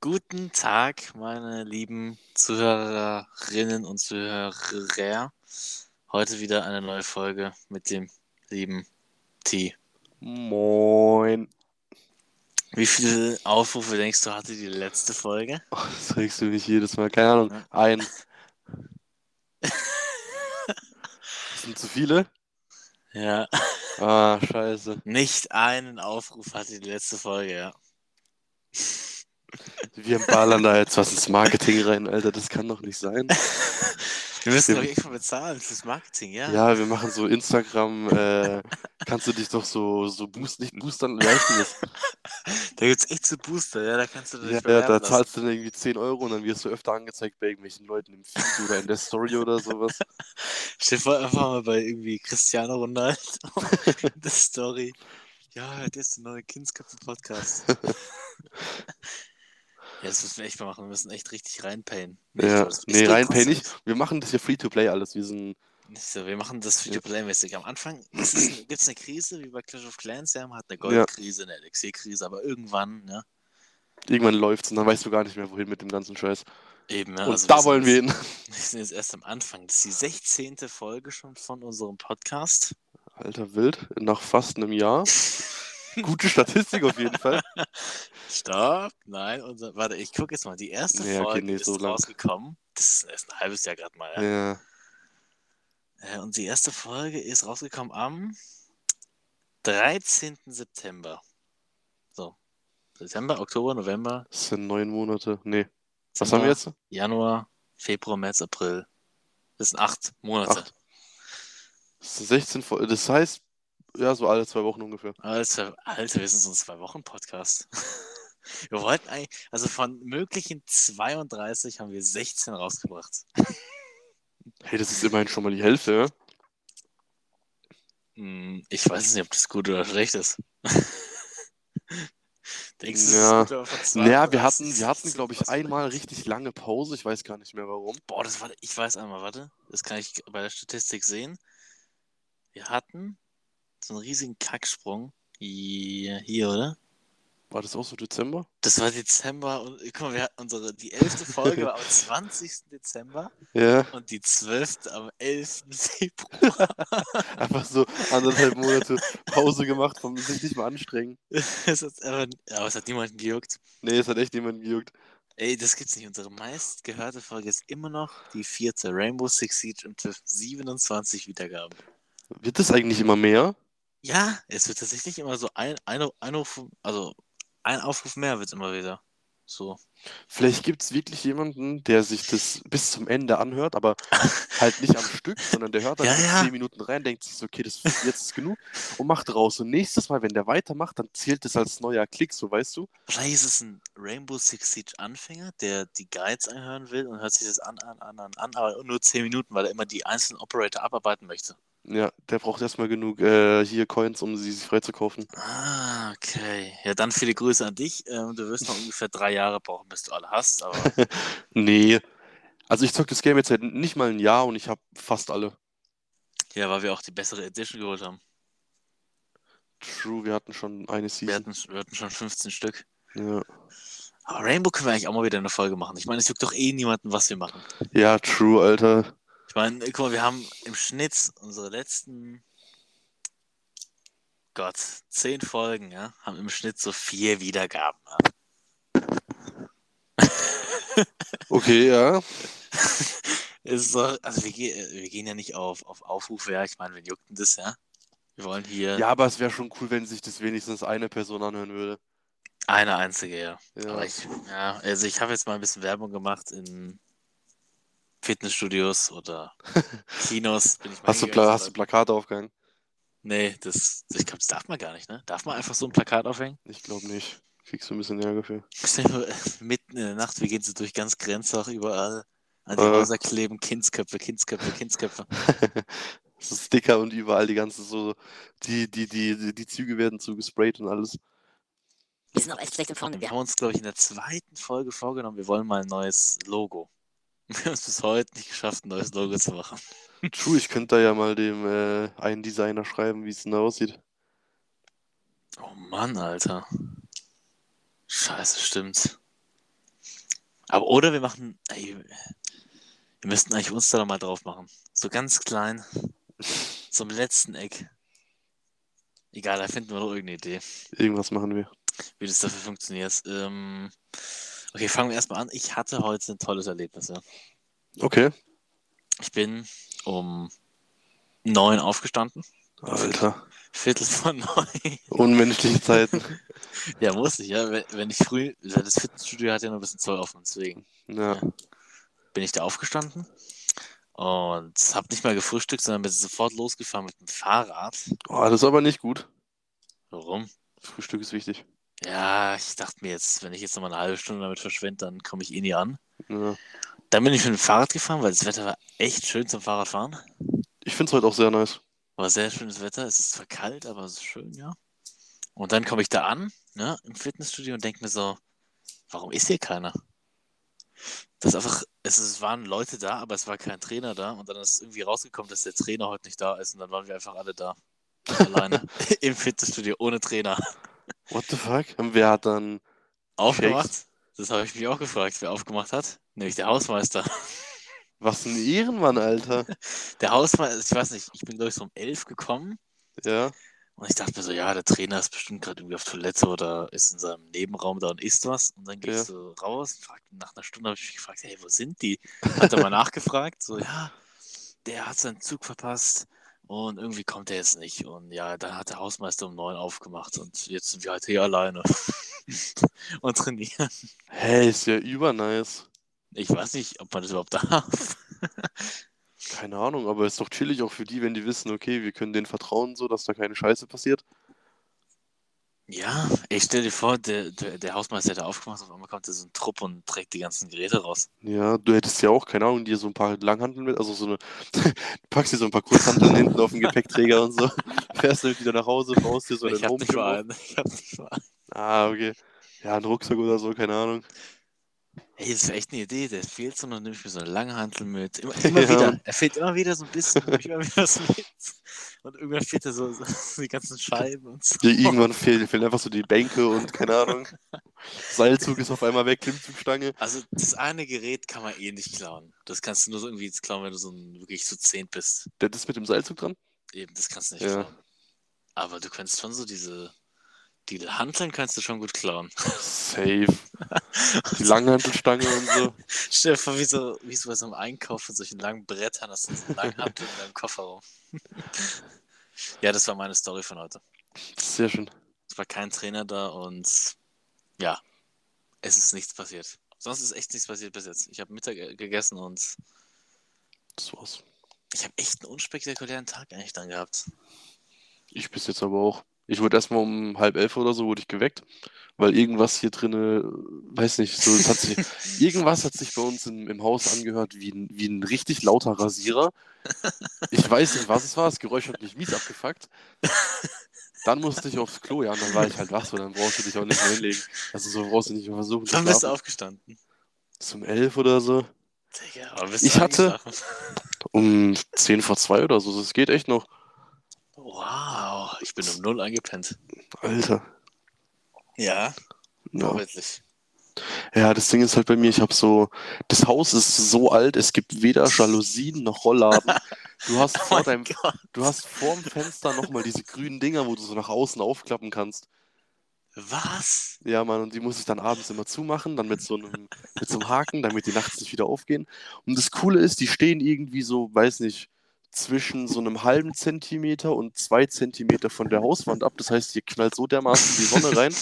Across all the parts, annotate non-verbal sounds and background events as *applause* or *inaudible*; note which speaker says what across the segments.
Speaker 1: Guten Tag, meine lieben Zuhörerinnen und Zuhörer. Heute wieder eine neue Folge mit dem lieben T.
Speaker 2: Moin. *laughs*
Speaker 1: Wie viele Aufrufe denkst du hatte die letzte Folge?
Speaker 2: Oh, das regst du mich jedes Mal. Keine Ahnung.
Speaker 1: *laughs*
Speaker 2: Ein. Das sind zu viele?
Speaker 1: Ja,
Speaker 2: Ah, scheiße.
Speaker 1: nicht einen Aufruf hatte die letzte Folge, ja.
Speaker 2: Wir ballern da jetzt was ins Marketing rein, Alter. Das kann doch nicht sein.
Speaker 1: Wir müssen doch
Speaker 2: Stimmt.
Speaker 1: extra bezahlen fürs Marketing, ja?
Speaker 2: Ja, wir machen so Instagram. Äh, kannst du dich doch so, so boost, nicht boostern, wie heißt
Speaker 1: *laughs*
Speaker 2: denn das?
Speaker 1: Da gibt's echt so Booster, ja, da kannst du dich
Speaker 2: Ja, ja,
Speaker 1: bewerben
Speaker 2: da
Speaker 1: lassen.
Speaker 2: zahlst du dann irgendwie 10 Euro und dann wirst du öfter angezeigt bei irgendwelchen Leuten im Feed oder in der Story oder sowas.
Speaker 1: Stell dir vor, einfach mal bei irgendwie Cristiano
Speaker 2: *laughs*
Speaker 1: Ronaldo in der Story. Ja, hört jetzt den neuen
Speaker 2: *laughs*
Speaker 1: Kindskapfen-Podcast. ja, das müssen wir echt mal machen. Wir müssen echt richtig reinpayen.
Speaker 2: Ja,
Speaker 1: das-
Speaker 2: nee,
Speaker 1: das
Speaker 2: reinpay
Speaker 1: kostet
Speaker 2: nicht. Wir machen das hier Free-to-Play alles. Wir sind
Speaker 1: nicht so. Wir machen das
Speaker 2: Ja.
Speaker 1: Video-Play-mäßig. Am Anfang gibt es eine Krise, wie bei Clash of Clans. Ja, man hat eine Goldkrise, eine Elixir-Krise, aber irgendwann, ne?
Speaker 2: irgendwann läuft's und dann weißt du gar nicht mehr, wohin mit dem ganzen Scheiß.
Speaker 1: Eben, ja,
Speaker 2: und
Speaker 1: also
Speaker 2: da
Speaker 1: sind
Speaker 2: wollen wir
Speaker 1: jetzt-
Speaker 2: hin.
Speaker 1: Wir sind jetzt erst am Anfang. Das ist die 16. Folge schon von unserem Podcast.
Speaker 2: Alter Wild, nach fast einem
Speaker 1: *laughs*
Speaker 2: Jahr. Gute Statistik auf jeden Fall.
Speaker 1: Stopp, nein, unser, warte, ich gucke jetzt mal. Die erste
Speaker 2: Nee, okay,
Speaker 1: Folge
Speaker 2: nee,
Speaker 1: ist
Speaker 2: so lang.
Speaker 1: rausgekommen. Das ist erst ein halbes Jahr gerade mal. Ja.
Speaker 2: Ja.
Speaker 1: Äh, Und die erste Folge ist rausgekommen am 13. September. So. September, Oktober, November,
Speaker 2: Das sind neun Monate. Nee. Was haben wir jetzt?
Speaker 1: Januar, Februar, März, April. Das sind acht Monate.
Speaker 2: Acht. Das sind 16 Fol- Das heißt, ja, so alle zwei Wochen ungefähr.
Speaker 1: Alter, Alter, wir sind so ein Zwei-Wochen-Podcast. *laughs* Wir wollten eigentlich, also von möglichen 32 haben wir 16 rausgebracht.
Speaker 2: Hey, das ist immerhin schon mal die Hälfte, ja?
Speaker 1: Hm, Ich weiß nicht, ob das gut oder schlecht ist. *laughs* Denkst du, es ist
Speaker 2: Ja.
Speaker 1: gut, wenn man von
Speaker 2: Naja,
Speaker 1: 32
Speaker 2: wir hatten, wir hatten, glaube ich,
Speaker 1: was macht?
Speaker 2: einmal richtig lange Pause. Ich weiß gar nicht mehr warum.
Speaker 1: Boah, das war, ich weiß einmal, warte. Das kann ich bei der Statistik sehen. Wir hatten so einen riesigen Kacksprung. Hier, hier oder?
Speaker 2: War das auch so Dezember?
Speaker 1: Das war Dezember und guck mal, wir hatten unsere, die 11. Folge
Speaker 2: *laughs*
Speaker 1: war am 20. Dezember
Speaker 2: Ja.
Speaker 1: und die 12. am 11. Februar. *laughs*
Speaker 2: Einfach so anderthalb Monate Pause gemacht, vom sich nicht mal anstrengen.
Speaker 1: Es hat einfach, aber es hat niemanden gejuckt.
Speaker 2: Nee, es hat echt niemand gejuckt.
Speaker 1: Ey, das gibt's nicht. Unsere meistgehörte Folge ist immer noch die vierte Rainbow Six Siege und 27 Wiedergaben.
Speaker 2: Wird das eigentlich immer mehr?
Speaker 1: Ja, es wird tatsächlich immer so ein, ein, ein Aufruf, also ein Aufruf mehr wird immer wieder. So.
Speaker 2: Vielleicht gibt es wirklich jemanden, der sich das bis zum Ende anhört,
Speaker 1: *laughs*
Speaker 2: aber halt nicht am Stück, sondern der hört dann
Speaker 1: Ja,
Speaker 2: so
Speaker 1: ja.
Speaker 2: 10 Minuten rein, denkt sich so, okay, das jetzt ist genug und macht raus. Und nächstes Mal, wenn der weitermacht, dann zählt das als neuer Klick, so weißt du?
Speaker 1: Vielleicht ist es ein Rainbow Six Siege Anfänger, der die Guides anhören will und hört sich das an, an, an, an, an, aber nur 10 Minuten, weil er immer die einzelnen Operator abarbeiten möchte.
Speaker 2: Ja, der braucht erstmal genug äh, hier Coins, um sie sich freizukaufen.
Speaker 1: Ah, okay. Ja, dann viele Grüße an dich. Ähm, du wirst noch ungefähr drei Jahre brauchen, bis du alle hast, aber *laughs*
Speaker 2: Nee. Also ich zock das Game jetzt seit nicht mal ein Jahr und ich habe fast alle.
Speaker 1: ja, weil wir auch die bessere Edition geholt haben.
Speaker 2: True, wir hatten schon eine
Speaker 1: Wir
Speaker 2: Season.
Speaker 1: hatten, wir hatten schon 15 Stück.
Speaker 2: Ja,
Speaker 1: Aber Rainbow können wir eigentlich auch mal wieder eine Folge machen. Ich meine, es juckt doch eh niemanden, was wir machen.
Speaker 2: ja true, Alter.
Speaker 1: Ich meine, guck mal, wir haben im Schnitt unsere letzten, Gott, zehn Folgen, ja, haben im Schnitt so vier Wiedergaben. Ja.
Speaker 2: Okay, ja.
Speaker 1: Es Ist doch, also wir, ge- äh, wir gehen ja nicht auf, auf Aufrufe, ja. Ich meine, wir juckt denn das, ja. Wir wollen hier
Speaker 2: Ja, aber es wäre schon cool, wenn sich das wenigstens eine Person anhören würde.
Speaker 1: eine einzige, ja.
Speaker 2: Ja.
Speaker 1: Aber ich, ja, also ich habe jetzt mal ein bisschen Werbung gemacht in Fitnessstudios
Speaker 2: *laughs*
Speaker 1: oder Kinos. Bin ich mal
Speaker 2: Hast du,
Speaker 1: hingegangen,
Speaker 2: Pla hast du Plakate aufgehangen?
Speaker 1: Nee, das, ich glaube, das darf man gar nicht, ne? Darf man einfach so ein Plakat aufhängen?
Speaker 2: Ich glaube nicht. Kriegst du ein bisschen Ärger für.
Speaker 1: *laughs* Stell dir vor, Mitten in der Nacht, wir gehen so durch ganz Grenzach überall. An die
Speaker 2: Äh.
Speaker 1: Häuser kleben Kindsköpfe, Kindsköpfe, Kindsköpfe.
Speaker 2: Es ist dicker und überall die ganzen so, die, die, die, die, die Züge werden zugesprayt und alles.
Speaker 3: Wir sind auch echt schlecht in Form.
Speaker 1: Wir
Speaker 3: Wir
Speaker 1: haben uns, glaube ich, in der zweiten Folge vorgenommen, wir wollen mal ein neues Logo. *laughs* Wir haben es bis heute nicht geschafft, ein neues Logo zu machen.
Speaker 2: True, ich könnte da ja mal dem äh, einen Designer schreiben, wie es denn da aussieht.
Speaker 1: Oh Mann, Alter. Scheiße, stimmt. Aber oder wir machen. Ey, wir müssten eigentlich uns da nochmal drauf machen. So ganz klein. Zum letzten Eck. Egal, da finden wir noch irgendeine Idee,
Speaker 2: Irgendwas machen wir.
Speaker 1: wie das dafür funktioniert. Ähm, okay, fangen wir erstmal an. Ich hatte heute ein tolles Erlebnis. Ja.
Speaker 2: Okay.
Speaker 1: Ich bin um neun aufgestanden.
Speaker 2: Alter.
Speaker 1: Viertel vor *laughs* neun.
Speaker 2: Unmenschliche Zeiten.
Speaker 1: Ja, muss ich, ja. Wenn wenn ich früh. Das Fitnessstudio hat ja noch ein bisschen Zoll offen, deswegen.
Speaker 2: Ja.
Speaker 1: bin ich da aufgestanden und habe nicht mal gefrühstückt, sondern bin sofort losgefahren mit dem Fahrrad.
Speaker 2: Oh, das ist aber nicht gut.
Speaker 1: Warum?
Speaker 2: Frühstück ist wichtig.
Speaker 1: Ja, ich dachte mir jetzt, wenn ich jetzt nochmal eine halbe Stunde damit verschwende, dann komme ich eh nie an.
Speaker 2: Ja.
Speaker 1: Dann bin ich mit dem Fahrrad gefahren, weil das Wetter war echt schön zum Fahrradfahren.
Speaker 2: Ich finde es heute auch sehr nice.
Speaker 1: War sehr schönes Wetter, es ist zwar kalt, aber es ist schön, ja. Und dann komme ich da an, ne, im Fitnessstudio und denke mir so, warum ist hier keiner? Das ist einfach, es, es waren Leute da, aber es war kein Trainer da. Und dann ist irgendwie rausgekommen, dass der Trainer heute nicht da ist. Und dann waren wir einfach alle da. Alleine. Im Fitnessstudio, ohne Trainer.
Speaker 2: What the fuck? Und Wer hat dann.
Speaker 1: Aufgemacht? Das habe ich mich auch gefragt, wer aufgemacht hat. Nämlich der Hausmeister.
Speaker 2: Was ein Ehrenmann, Alter.
Speaker 1: Der Hausmeister, ich weiß nicht, ich bin, glaube ich, so um elf gekommen.
Speaker 2: Ja.
Speaker 1: Und ich dachte mir so, ja, der Trainer ist bestimmt gerade irgendwie auf Toilette oder ist in seinem Nebenraum da und isst was. Und dann gehst du raus und frag, nach einer Stunde habe ich mich gefragt, hey, wo sind die? Hat er mal nachgefragt, so, ja, der hat seinen Zug verpasst und irgendwie kommt er jetzt nicht. Und ja, dann hat der Hausmeister um neun aufgemacht und jetzt sind wir halt hier alleine *laughs* und trainieren.
Speaker 2: Hey, ist ja übernice.
Speaker 1: Ich weiß nicht, ob man das überhaupt darf.
Speaker 2: Keine Ahnung, aber ist doch chillig auch für die, wenn die wissen, okay, wir können denen vertrauen, so dass da keine Scheiße passiert.
Speaker 1: Ja, ich stell dir vor, der, der, der Hausmeister hat da aufgemacht, auf einmal kommt da so ein Trupp und trägt die ganzen Geräte raus.
Speaker 2: Ja, du hättest ja auch, keine Ahnung, dir so ein paar Langhanteln mit, also so eine, *laughs* du packst dir so ein paar Kurzhanteln hinten auf den Gepäckträger und so, *laughs* fährst damit wieder nach Hause, baust dir so
Speaker 1: ich
Speaker 2: einen
Speaker 1: hab nicht
Speaker 2: Homegym auf.
Speaker 1: mal einen. Ich hab nicht mal einen.
Speaker 2: Ah, okay. Ja, ein Rucksack oder so, keine Ahnung.
Speaker 1: Ey, das wäre echt eine Idee. Der fehlt so, und dann nehme ich mir so einen Langhantel mit. *laughs* Immer, immer
Speaker 2: Ja.
Speaker 1: wieder. Er fehlt immer wieder so ein bisschen. *laughs* nehm ich immer wieder was mit. Und irgendwann fehlt er so, so *laughs* die ganzen Scheiben und so. *laughs*
Speaker 2: Dir irgendwann fehlen, fehlen einfach so die Bänke und keine Ahnung. Seilzug ist auf einmal weg, Klimmzugstange.
Speaker 1: Also, das eine Gerät kann man eh nicht klauen. Das kannst du nur so irgendwie jetzt klauen, wenn du so ein, wirklich so zehnt bist.
Speaker 2: Der ist mit dem Seilzug dran?
Speaker 1: Eben, das kannst du nicht
Speaker 2: Ja.
Speaker 1: klauen. Aber du kannst schon so diese. Die Hanteln kannst du schon gut klauen. *laughs*
Speaker 2: Safe. Die Langhantelstange und so.
Speaker 1: Stell dir vor, wie so, wie so bei so einem Einkauf von solchen langen Brettern, dass du so einen langen Handel in deinem Kofferraum. *laughs* ja, das war meine Story von heute.
Speaker 2: Sehr schön.
Speaker 1: Es war kein Trainer da und ja, es ist nichts passiert. Sonst ist echt nichts passiert bis jetzt. Ich habe Mittag äh, gegessen und
Speaker 2: Das war's.
Speaker 1: ich habe echt einen unspektakulären Tag eigentlich dann gehabt.
Speaker 2: Ich bis jetzt aber auch. Ich wurde erstmal um halb elf oder so wurde ich geweckt, weil irgendwas hier drinne, weiß nicht, so es
Speaker 1: *laughs*
Speaker 2: hat sich, irgendwas hat sich bei uns im, im Haus angehört wie ein, wie ein richtig lauter Rasierer. Ich weiß nicht, was es war. Das Geräusch hat mich mies abgefuckt. Dann musste ich aufs Klo, ja, und dann war ich halt wach, so dann brauchst du dich auch nicht mehr hinlegen. Also so brauchst du nicht mehr versuchen zu
Speaker 1: Dann bist du
Speaker 2: schlafen.
Speaker 1: aufgestanden.
Speaker 2: Bis um elf oder so.
Speaker 1: Digga, aber bist du
Speaker 2: Ich hatte-
Speaker 1: eingeschlafen?
Speaker 2: Um zehn vor zwei oder so. Das geht echt noch.
Speaker 1: Wow, ich bin um null eingepennt.
Speaker 2: Alter.
Speaker 1: Ja,
Speaker 2: Ja.
Speaker 1: vorbildlich.
Speaker 2: Ja, das Ding ist halt bei mir, ich habe so, das Haus ist so alt, es gibt weder Jalousien noch Rollladen. Du hast vor deinem,
Speaker 1: Gott.
Speaker 2: du hast vorm Fenster nochmal diese grünen Dinger, wo du so nach außen aufklappen kannst.
Speaker 1: Was?
Speaker 2: Ja, Mann, und die muss ich dann abends immer zumachen, dann mit so einem, mit so einem Haken, damit die nachts nicht wieder aufgehen. Und das Coole ist, die stehen irgendwie so, weiß nicht, zwischen so einem halben Zentimeter und zwei Zentimeter von der Hauswand ab. Das heißt, hier knallt so dermaßen die Sonne rein.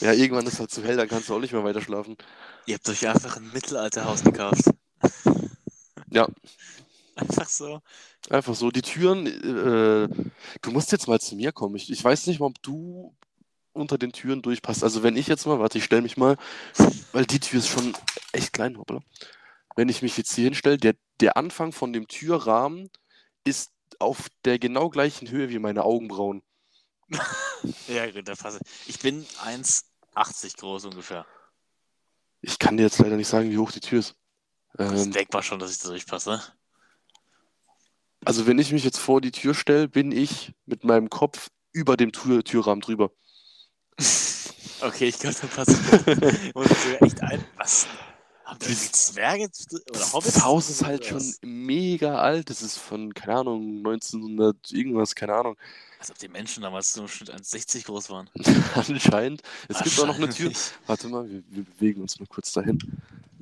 Speaker 2: Ja, irgendwann ist halt zu hell, dann kannst du auch nicht mehr weiter schlafen.
Speaker 1: Ihr habt euch einfach ein Mittelalterhaus gekauft. *laughs*
Speaker 2: Ja,
Speaker 1: Einfach so.
Speaker 2: Einfach so, die Türen, äh, du musst jetzt mal zu mir kommen. Ich, ich weiß nicht mal, ob du unter den Türen durchpasst. Also wenn ich jetzt mal, warte, ich stelle mich mal, weil die Tür ist schon echt klein, hoppla. Wenn ich mich jetzt hier hinstelle, der, der Anfang von dem Türrahmen ist auf der genau gleichen Höhe wie meine Augenbrauen.
Speaker 1: Ja, gut, da passe ich. Ich bin 1,80 groß ungefähr.
Speaker 2: Ich kann dir jetzt leider nicht sagen, wie hoch die Tür ist.
Speaker 1: Ich
Speaker 2: Ähm,
Speaker 1: denke mal schon, dass ich da durchpasse. ne?
Speaker 2: also wenn ich mich jetzt vor die Tür stelle, bin ich mit meinem Kopf über dem Tür Türrahmen drüber.
Speaker 1: Okay, ich glaube, da passt
Speaker 2: *laughs*
Speaker 1: es. Muss ich sogar echt ein. Was? Haben die
Speaker 2: Dieses-
Speaker 1: Zwerge zu- oder Hobbits?
Speaker 2: Das
Speaker 1: zu
Speaker 2: Haus
Speaker 1: tun,
Speaker 2: ist halt
Speaker 1: oder
Speaker 2: schon
Speaker 1: was?
Speaker 2: mega alt. Das ist von, keine Ahnung, 1900 irgendwas, keine
Speaker 1: *laughs*
Speaker 2: Ahnung.
Speaker 1: Als ob die Menschen damals im Schnitt 1,60 groß waren.
Speaker 2: Anscheinend. Es gibt auch noch eine Tür.
Speaker 1: Wahrscheinlich.
Speaker 2: Warte mal, wir, wir bewegen uns mal kurz dahin.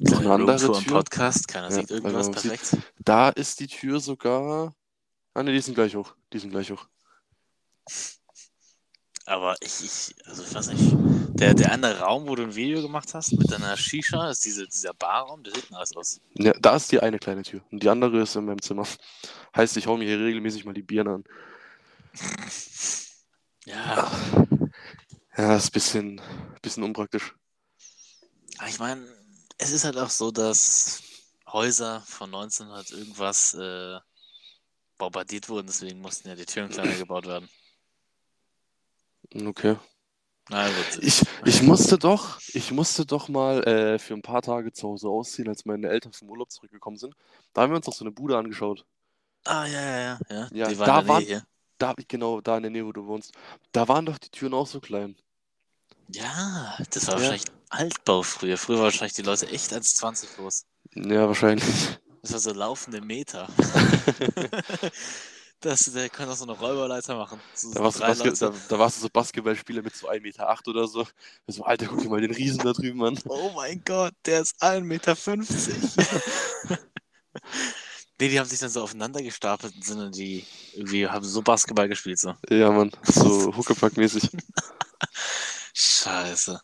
Speaker 2: Noch eine
Speaker 1: Kleine
Speaker 2: andere
Speaker 1: Roomtour im
Speaker 2: Tür.
Speaker 1: Podcast, keiner
Speaker 2: Ja,
Speaker 1: sieht irgendwas,
Speaker 2: weil man sieht-
Speaker 1: perfekt.
Speaker 2: Da ist die Tür sogar. Ah ne, die sind gleich hoch. Die sind gleich hoch.
Speaker 1: Aber ich, ich, also ich weiß nicht. Der, der andere Raum, wo du ein Video gemacht hast mit deiner Shisha, ist diese, dieser Barraum, der sieht nice aus.
Speaker 2: Ja, da ist die eine kleine Tür. Und die andere ist in meinem Zimmer. Heißt, ich hau mir hier regelmäßig mal die Birne an.
Speaker 1: Ja,
Speaker 2: Ja, ist ein bisschen, bisschen unpraktisch.
Speaker 1: aber ich meine, es ist halt auch so, dass Häuser von 1900 irgendwas äh, bombardiert wurden, deswegen mussten ja die Türen kleiner gebaut werden.
Speaker 2: Okay.
Speaker 1: Na gut.
Speaker 2: Ich, ich musste doch, ich musste doch mal äh, für ein paar Tage zu Hause ausziehen, als meine Eltern vom Urlaub zurückgekommen sind. Da haben wir uns doch so eine Bude angeschaut.
Speaker 1: ah, ja, ja, ja, ja.
Speaker 2: Ja,
Speaker 1: die
Speaker 2: da
Speaker 1: waren da
Speaker 2: waren-
Speaker 1: hier.
Speaker 2: Da, genau, da in der Nähe, wo du wohnst. Da waren doch die Türen auch so klein.
Speaker 1: Ja, das war
Speaker 2: Ja.
Speaker 1: wahrscheinlich Altbau früher. Früher waren wahrscheinlich die Leute echt 1,20 groß.
Speaker 2: Ja, wahrscheinlich.
Speaker 1: Das war so laufende
Speaker 2: *laughs*
Speaker 1: Meter. das, der kann auch so eine Räuberleiter machen. So
Speaker 2: Da warst, du
Speaker 1: drei
Speaker 2: Baske,
Speaker 1: Leute.
Speaker 2: da, da warst du so Basketballspieler mit so 1,8 Meter oder so. Und So, Alter, guck dir mal den Riesen da drüben an.
Speaker 1: Oh mein Gott, der ist 1,50 Meter. *laughs* nee, die haben sich dann so aufeinander gestapelt und sind dann die irgendwie haben so Basketball gespielt. So.
Speaker 2: Ja, Mann, so Huckepack-mäßig.
Speaker 1: Scheiße.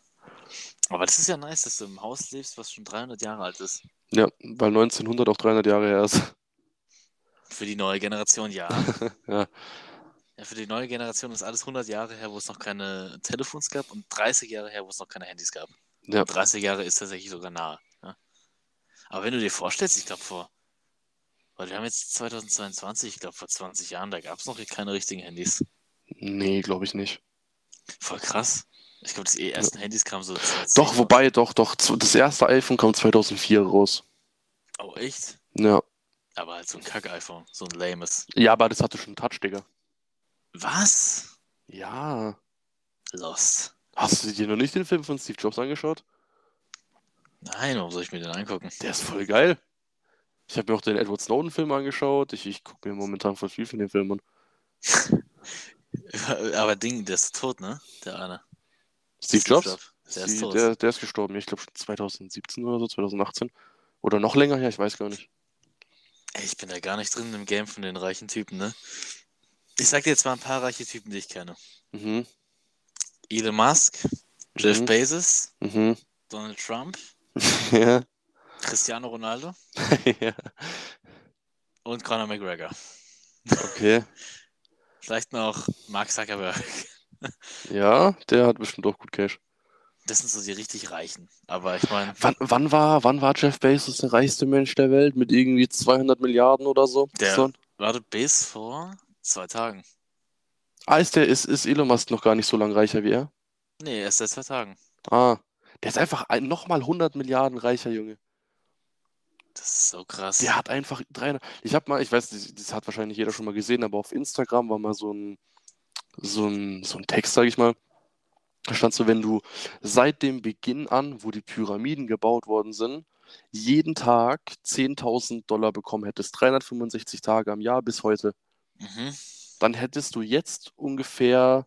Speaker 1: Aber das ist ja nice, dass du im Haus lebst, was schon 300 Jahre alt ist.
Speaker 2: Ja, weil 1900 auch 300 Jahre her ist.
Speaker 1: Für die neue Generation, *laughs* ja.
Speaker 2: Ja.
Speaker 1: Ja, für die neue Generation ist alles 100 Jahre her, wo es noch keine Telefons gab und 30 Jahre her, wo es noch keine Handys gab.
Speaker 2: Ja.
Speaker 1: 30 Jahre ist tatsächlich sogar nahe. Ja. Aber wenn du dir vorstellst, ich glaube vor, weil wir haben jetzt 2022, ich glaube vor 20 Jahren, da gab es noch keine richtigen Handys.
Speaker 2: Nee, glaube ich nicht.
Speaker 1: Voll krass. Ich glaube, die ersten Handys kamen so. 2010.
Speaker 2: Doch, wobei, doch, doch. zu- Das erste iPhone kam 2004 raus.
Speaker 1: Oh, echt?
Speaker 2: Ja.
Speaker 1: Aber halt so ein Kack-iPhone, so ein lames.
Speaker 2: Ja, aber das hatte schon Touch, Digga.
Speaker 1: Was?
Speaker 2: Ja.
Speaker 1: Lost.
Speaker 2: Hast du dir noch nicht den Film von Steve Jobs angeschaut?
Speaker 1: Nein, warum soll ich mir den angucken? *laughs*
Speaker 2: Der ist voll geil. Ich habe mir auch den Edward Snowden-Film angeschaut. Ich, ich gucke mir momentan voll viel von den Filmen an.
Speaker 1: Aber Ding, der ist tot, ne? Der eine.
Speaker 2: Steve Jobs?
Speaker 1: Der ist
Speaker 2: Sie-
Speaker 1: tot.
Speaker 2: Der, der ist gestorben, ich glaube schon 2017 oder so, 2018. Oder noch länger her, ich weiß gar nicht.
Speaker 1: Ey, ich bin da gar nicht drin im Game von den reichen Typen, ne? Ich sag dir jetzt mal ein paar reiche Typen, die ich kenne.
Speaker 2: Mhm.
Speaker 1: Elon Musk, Jeff
Speaker 2: Mhm.
Speaker 1: Bezos,
Speaker 2: Mhm.
Speaker 1: Donald Trump,
Speaker 2: ja.
Speaker 1: Cristiano Ronaldo
Speaker 2: ja.
Speaker 1: und Conor McGregor.
Speaker 2: Okay.
Speaker 1: Vielleicht noch Mark Zuckerberg.
Speaker 2: Ja, der hat bestimmt auch gut Cash.
Speaker 1: Das sind so die richtig Reichen. Aber ich meine,
Speaker 2: Wann, wann, war, wann war Jeff Bezos der reichste Mensch der Welt mit irgendwie 200 Milliarden oder so?
Speaker 1: Der-
Speaker 2: So.
Speaker 1: warte, bis vor zwei Tagen.
Speaker 2: Ah, ist, der, ist, ist Elon Musk noch gar nicht so lang reicher wie er?
Speaker 1: Nee, erst seit zwei Tagen.
Speaker 2: Ah, der ist einfach ein, nochmal 100 Milliarden reicher, Junge.
Speaker 1: Das ist so krass.
Speaker 2: Der hat einfach 300. Ich habe mal, ich weiß, das, das hat wahrscheinlich jeder schon mal gesehen, aber auf Instagram war mal so ein, so ein, so ein Text, sage ich mal. Da stand so, wenn du seit dem Beginn an, wo die Pyramiden gebaut worden sind, jeden Tag 10.000 Dollar bekommen hättest, 365 Tage am Jahr bis heute,
Speaker 1: Mhm.
Speaker 2: dann hättest du jetzt ungefähr,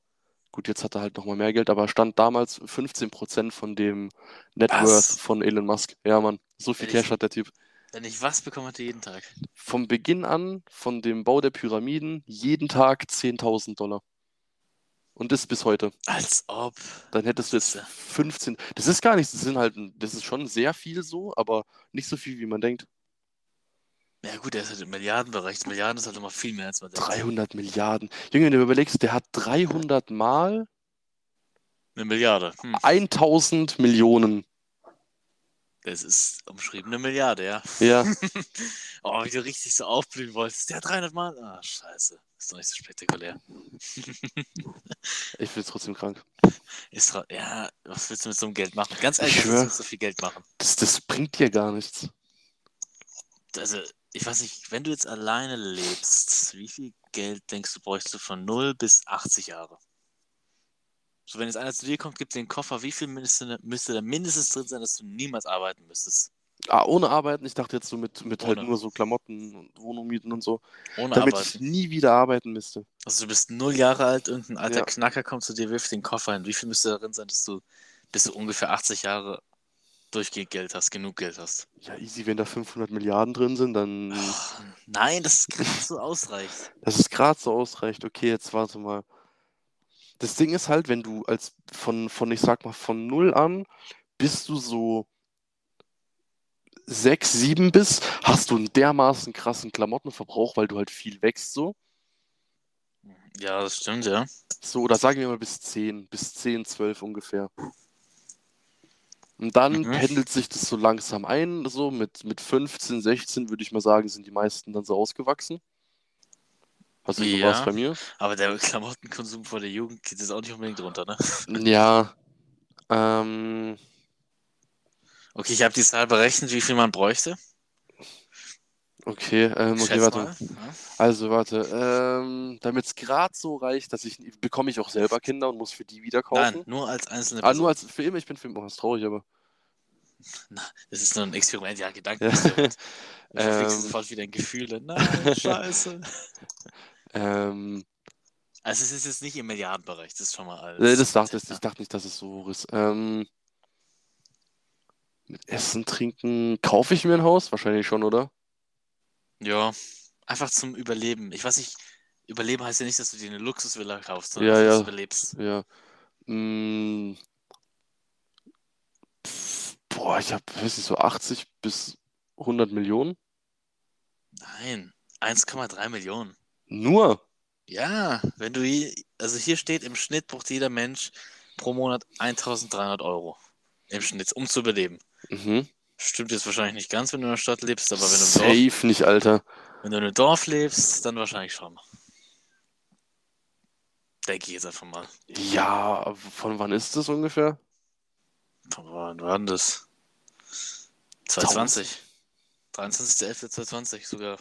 Speaker 2: gut, jetzt hat er halt nochmal mehr Geld, aber stand damals 15% von dem Net
Speaker 1: Was?
Speaker 2: Worth von Elon Musk. Ja, Mann, so viel
Speaker 1: Ehrlich?
Speaker 2: Cash hat der Typ
Speaker 1: Wenn ich was bekomme, hatte jeden Tag.
Speaker 2: vom Beginn an, von dem Bau der Pyramiden, jeden Tag 10.000 Dollar. Und das bis heute.
Speaker 1: Als ob.
Speaker 2: Dann hättest du jetzt
Speaker 1: Siehste.
Speaker 2: 15. Das ist gar nichts. Das sind halt, das ist schon sehr viel so, aber nicht so viel, wie man denkt.
Speaker 1: Ja gut, der ist halt im Milliardenbereich. Milliarden ist halt immer viel mehr als man denkt.
Speaker 2: 300 Milliarden. Junge, wenn du überlegst, der hat 300 mal
Speaker 1: Eine Milliarde. Hm.
Speaker 2: 1000 Millionen.
Speaker 1: Das ist umschriebene Milliarde, ja.
Speaker 2: Ja,
Speaker 1: Oh, wie du richtig so aufblühen wolltest. Der 300 Mal. Ah, scheiße. Ist doch nicht so spektakulär.
Speaker 2: ich bin trotzdem krank.
Speaker 1: Ist doch- ja, was willst du mit so einem Geld machen? Ganz ehrlich,
Speaker 2: Ich
Speaker 1: was willst
Speaker 2: schwör.
Speaker 1: du mit so viel Geld machen?
Speaker 2: Das, das bringt dir gar nichts.
Speaker 1: Also, ich weiß nicht, wenn du jetzt alleine lebst, wie viel Geld denkst du, bräuchst du von 0 bis 80 Jahre? So, wenn jetzt einer zu dir kommt, gibt dir den Koffer, wie viel müsste, müsste da mindestens drin sein, dass du niemals arbeiten müsstest?
Speaker 2: Ah, ohne Arbeiten, ich dachte jetzt so mit, mit halt
Speaker 1: Ohne.
Speaker 2: nur so Klamotten und Wohnung mieten und so,
Speaker 1: Ohne
Speaker 2: damit ich
Speaker 1: Arbeiten.
Speaker 2: nie wieder arbeiten müsste.
Speaker 1: Also du bist null Jahre alt und ein alter
Speaker 2: Ja.
Speaker 1: Knacker kommt zu dir, wirft den Koffer hin. Wie viel müsste da drin sein, dass du, bis du ungefähr 80 Jahre durchgehend Geld hast, genug Geld hast?
Speaker 2: Ja, easy, wenn da 500 Milliarden drin sind, dann
Speaker 1: Ach, nein, das ist gerade so ausreichend.
Speaker 2: dass es gerade so ausreicht. Okay, jetzt warte mal. Das Ding ist halt, wenn du als von, von ich sag mal, von null an bist du so sechs, sieben bist, hast du einen dermaßen krassen Klamottenverbrauch, weil du halt viel wächst so.
Speaker 1: Ja, das stimmt, ja.
Speaker 2: So, oder sagen wir mal bis 10, bis 10, 12 ungefähr. Und dann
Speaker 1: Mhm.
Speaker 2: pendelt sich das so langsam ein, so mit, mit 15, 16 würde ich mal sagen, sind die meisten dann so ausgewachsen. Also so war es
Speaker 1: Ja.
Speaker 2: bei mir.
Speaker 1: Aber der *laughs* Klamottenkonsum von der Jugend geht jetzt auch nicht unbedingt runter, ne?
Speaker 2: Ja, ähm,
Speaker 1: Okay, ich habe die Zahl berechnet, wie viel man bräuchte.
Speaker 2: okay, ähm, okay,
Speaker 1: Schätz
Speaker 2: warte.
Speaker 1: mal. Ja.
Speaker 2: Also, warte, ähm, damit es gerade so reicht, dass ich, bekomme ich auch selber Kinder und muss für die wieder
Speaker 1: Nein,
Speaker 2: kaufen?
Speaker 1: nur als einzelne
Speaker 2: Ah, nur als Film, ich bin Film, oh, das ist traurig, aber.
Speaker 1: Das ist nur ein Experiment, ja, Gedanken.
Speaker 2: Ja. *laughs*
Speaker 1: Ich ähm,
Speaker 2: Ähm.
Speaker 1: sofort wieder ein Gefühl. dann,
Speaker 2: *laughs*
Speaker 1: Nein, scheiße.
Speaker 2: ähm,
Speaker 1: Also es ist jetzt nicht im Milliardenbereich, das ist schon mal alles.
Speaker 2: nee, das dachte ich, ich dachte nicht, dass es so hoch ist. Ähm, mit Essen, Trinken, kaufe ich mir ein Haus? Wahrscheinlich schon, oder?
Speaker 1: Ja, einfach zum Überleben. Ich weiß nicht, Überleben heißt ja nicht, dass du dir eine Luxusvilla kaufst, sondern
Speaker 2: Ja,
Speaker 1: dass
Speaker 2: ja.
Speaker 1: du überlebst.
Speaker 2: Ja. Mm. Pff, boah, ich habe, weiß nicht, so 80 bis 100 Millionen?
Speaker 1: Nein, 1,3 Millionen.
Speaker 2: Nur?
Speaker 1: Ja, wenn du, je- also hier steht, im Schnitt braucht jeder Mensch pro Monat 1300 Euro. Im Schnitt, um zu überleben.
Speaker 2: Mhm.
Speaker 1: Stimmt jetzt wahrscheinlich nicht ganz, wenn du in der Stadt lebst, aber wenn du im Dorf
Speaker 2: Safe nicht, Alter.
Speaker 1: Wenn du in einem Dorf lebst, dann wahrscheinlich schon. Denke ich jetzt einfach mal.
Speaker 2: Ja, von wann ist das ungefähr?
Speaker 1: Von Wann war denn das? 2020. 23.11.2020 sogar.